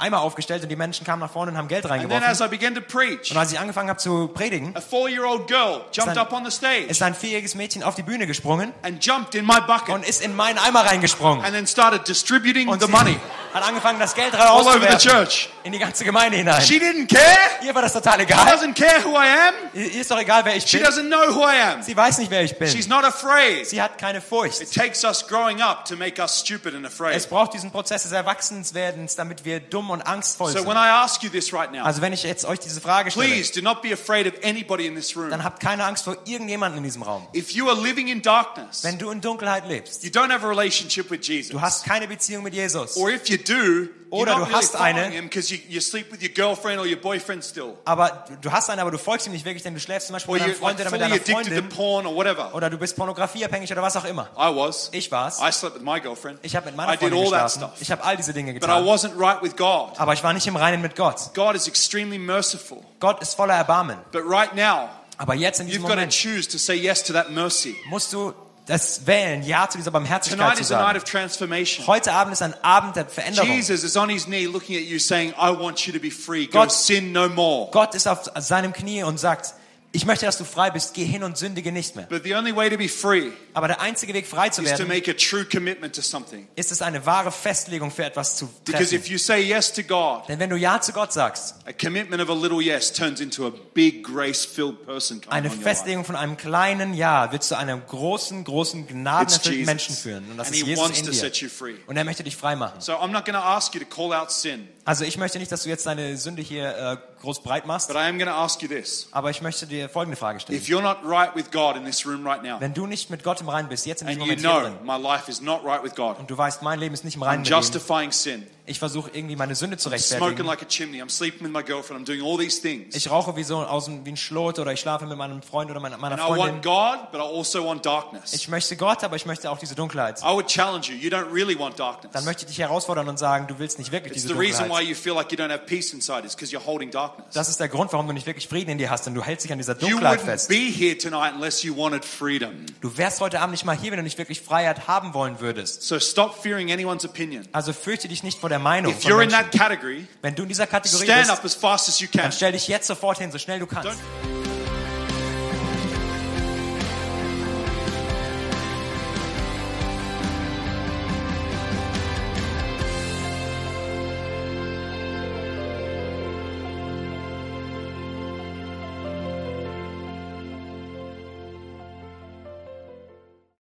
Eimer aufgestellt und die Menschen kamen nach vorne und haben Geld And then as reingeworfen. I began to preach, Und als ich angefangen habe zu predigen, a four year old girl jumped ein- up on the stage ist ein vierjähriges Mädchen auf die Bühne gesprungen and jumped in my und bucket ist in meinen Eimer reingesprungen. and then started distributing Und the sie money hat angefangen, das Geld all over the rauszuwerfen. church. In die ganze Gemeinde hinein. She didn't care. Ihr war das total She egal. doesn't care who I am. Ihr ist doch egal, wer ich She bin. doesn't know who I am. Sie weiß nicht, wer ich bin. She's not afraid. Sie hat keine Furcht. It takes us growing up to make us stupid and afraid. Es braucht diesen Prozess des Erwachsenwerdens, damit wir dumm und angstvoll So when sind. I ask you this right now, Also wenn ich jetzt euch diese Frage stelle, please do not be afraid of anybody in this room. dann habt keine Angst vor irgendjemandem in diesem Raum. If you are living in darkness, Wenn du in Dunkelheit lebst, you don't have a relationship with Jesus. du hast keine Beziehung mit Jesus, Or if you do, you're Oder not du really hast following eine. him because you, you sleep with your girlfriend or your boyfriend still. aber du- du hast einen, aber du folgst ihm nicht wirklich, denn du schläfst zum Beispiel Or mit you're like, deinem Freund oder fully mit deiner addicted to Freundin porn or whatever. oder du bist pornografieabhängig oder was auch immer. I was. Ich war's. I slept with my girlfriend. Ich habe mit I meiner did Freundin all that geschlafen. stuff. Ich habe all diese Dinge But I getan. wasn't right with God. Aber ich war nicht im Reinen mit Gott. God is extremely merciful. Gott ist voller Erbarmen. But right now, Aber jetzt in diesem you've got to Moment choose to say yes to that mercy. musst du das wählen, Ja zu dieser Barmherzigkeit Tonight zu is a night sagen. of transformation. Heute Abend ist ein Abend der Veränderung. Jesus is on his knee looking at you saying, I want you to be free. Go Gott- sin no more. Gott ist auf seinem Knie und sagt, ich möchte, dass du frei bist, geh hin und sündige nicht mehr. But the only way to be free Aber der einzige Weg, frei zu is to werden, make a true commitment to something. ist es, eine wahre Festlegung für etwas zu Because treffen. if you say yes to God, Denn wenn du Ja zu Gott sagst, a commitment of a little yes turns into a big grace-filled person coming eine on your life. Festlegung von einem kleinen Ja wird zu einem großen, großen, It's gnadenerfüllten Jesus. Menschen führen. Und das And ist he Jesus wants in to set you dir. free. Und er möchte dich frei machen. So I'm not going to ask you to call out sin, Also ich möchte nicht, dass du jetzt deine Sünde hier äh, groß breit machst, but I am going to ask you this. aber ich möchte dir folgende Frage stellen. If you're not right with God in this room right now, Wenn du nicht mit Gott im Reinen bist, jetzt in diesem and you Moment hier know my drin, life is not right with God, und du weißt, mein Leben ist nicht im I'm Reinen mit ihm, justifying sin, ich versuche irgendwie meine Sünde zu smoking rechtfertigen, like a chimney, I'm sleeping with my girlfriend, I'm doing all these things. Ich rauche wie so aus dem- wie ein Schlot oder ich schlafe mit meinem Freund oder meiner, meiner And I want Freundin. God, but I also want darkness. Ich möchte Gott, aber ich möchte auch diese Dunkelheit. I would challenge you, you don't really want Dann darkness. möchte ich dich herausfordern und sagen, du willst nicht wirklich It's diese the reason why Dunkelheit. you feel like you don't have peace inside is because you're holding darkness. Das ist der Grund, warum du nicht wirklich Frieden in dir hast, denn du hältst dich an dieser You Dunkelheit wouldn't fest. be here tonight unless you wanted freedom. Du wärst heute Abend nicht mal hier, wenn du nicht wirklich Freiheit haben wollen würdest. So stop fearing anyone's opinion. Also fürchte dich nicht vor der Meinung If von you're in Menschen. that category, Wenn du in dieser Kategorie stand bist, up as fast as you can. dann stell dich jetzt sofort hin, so schnell du kannst. Don't-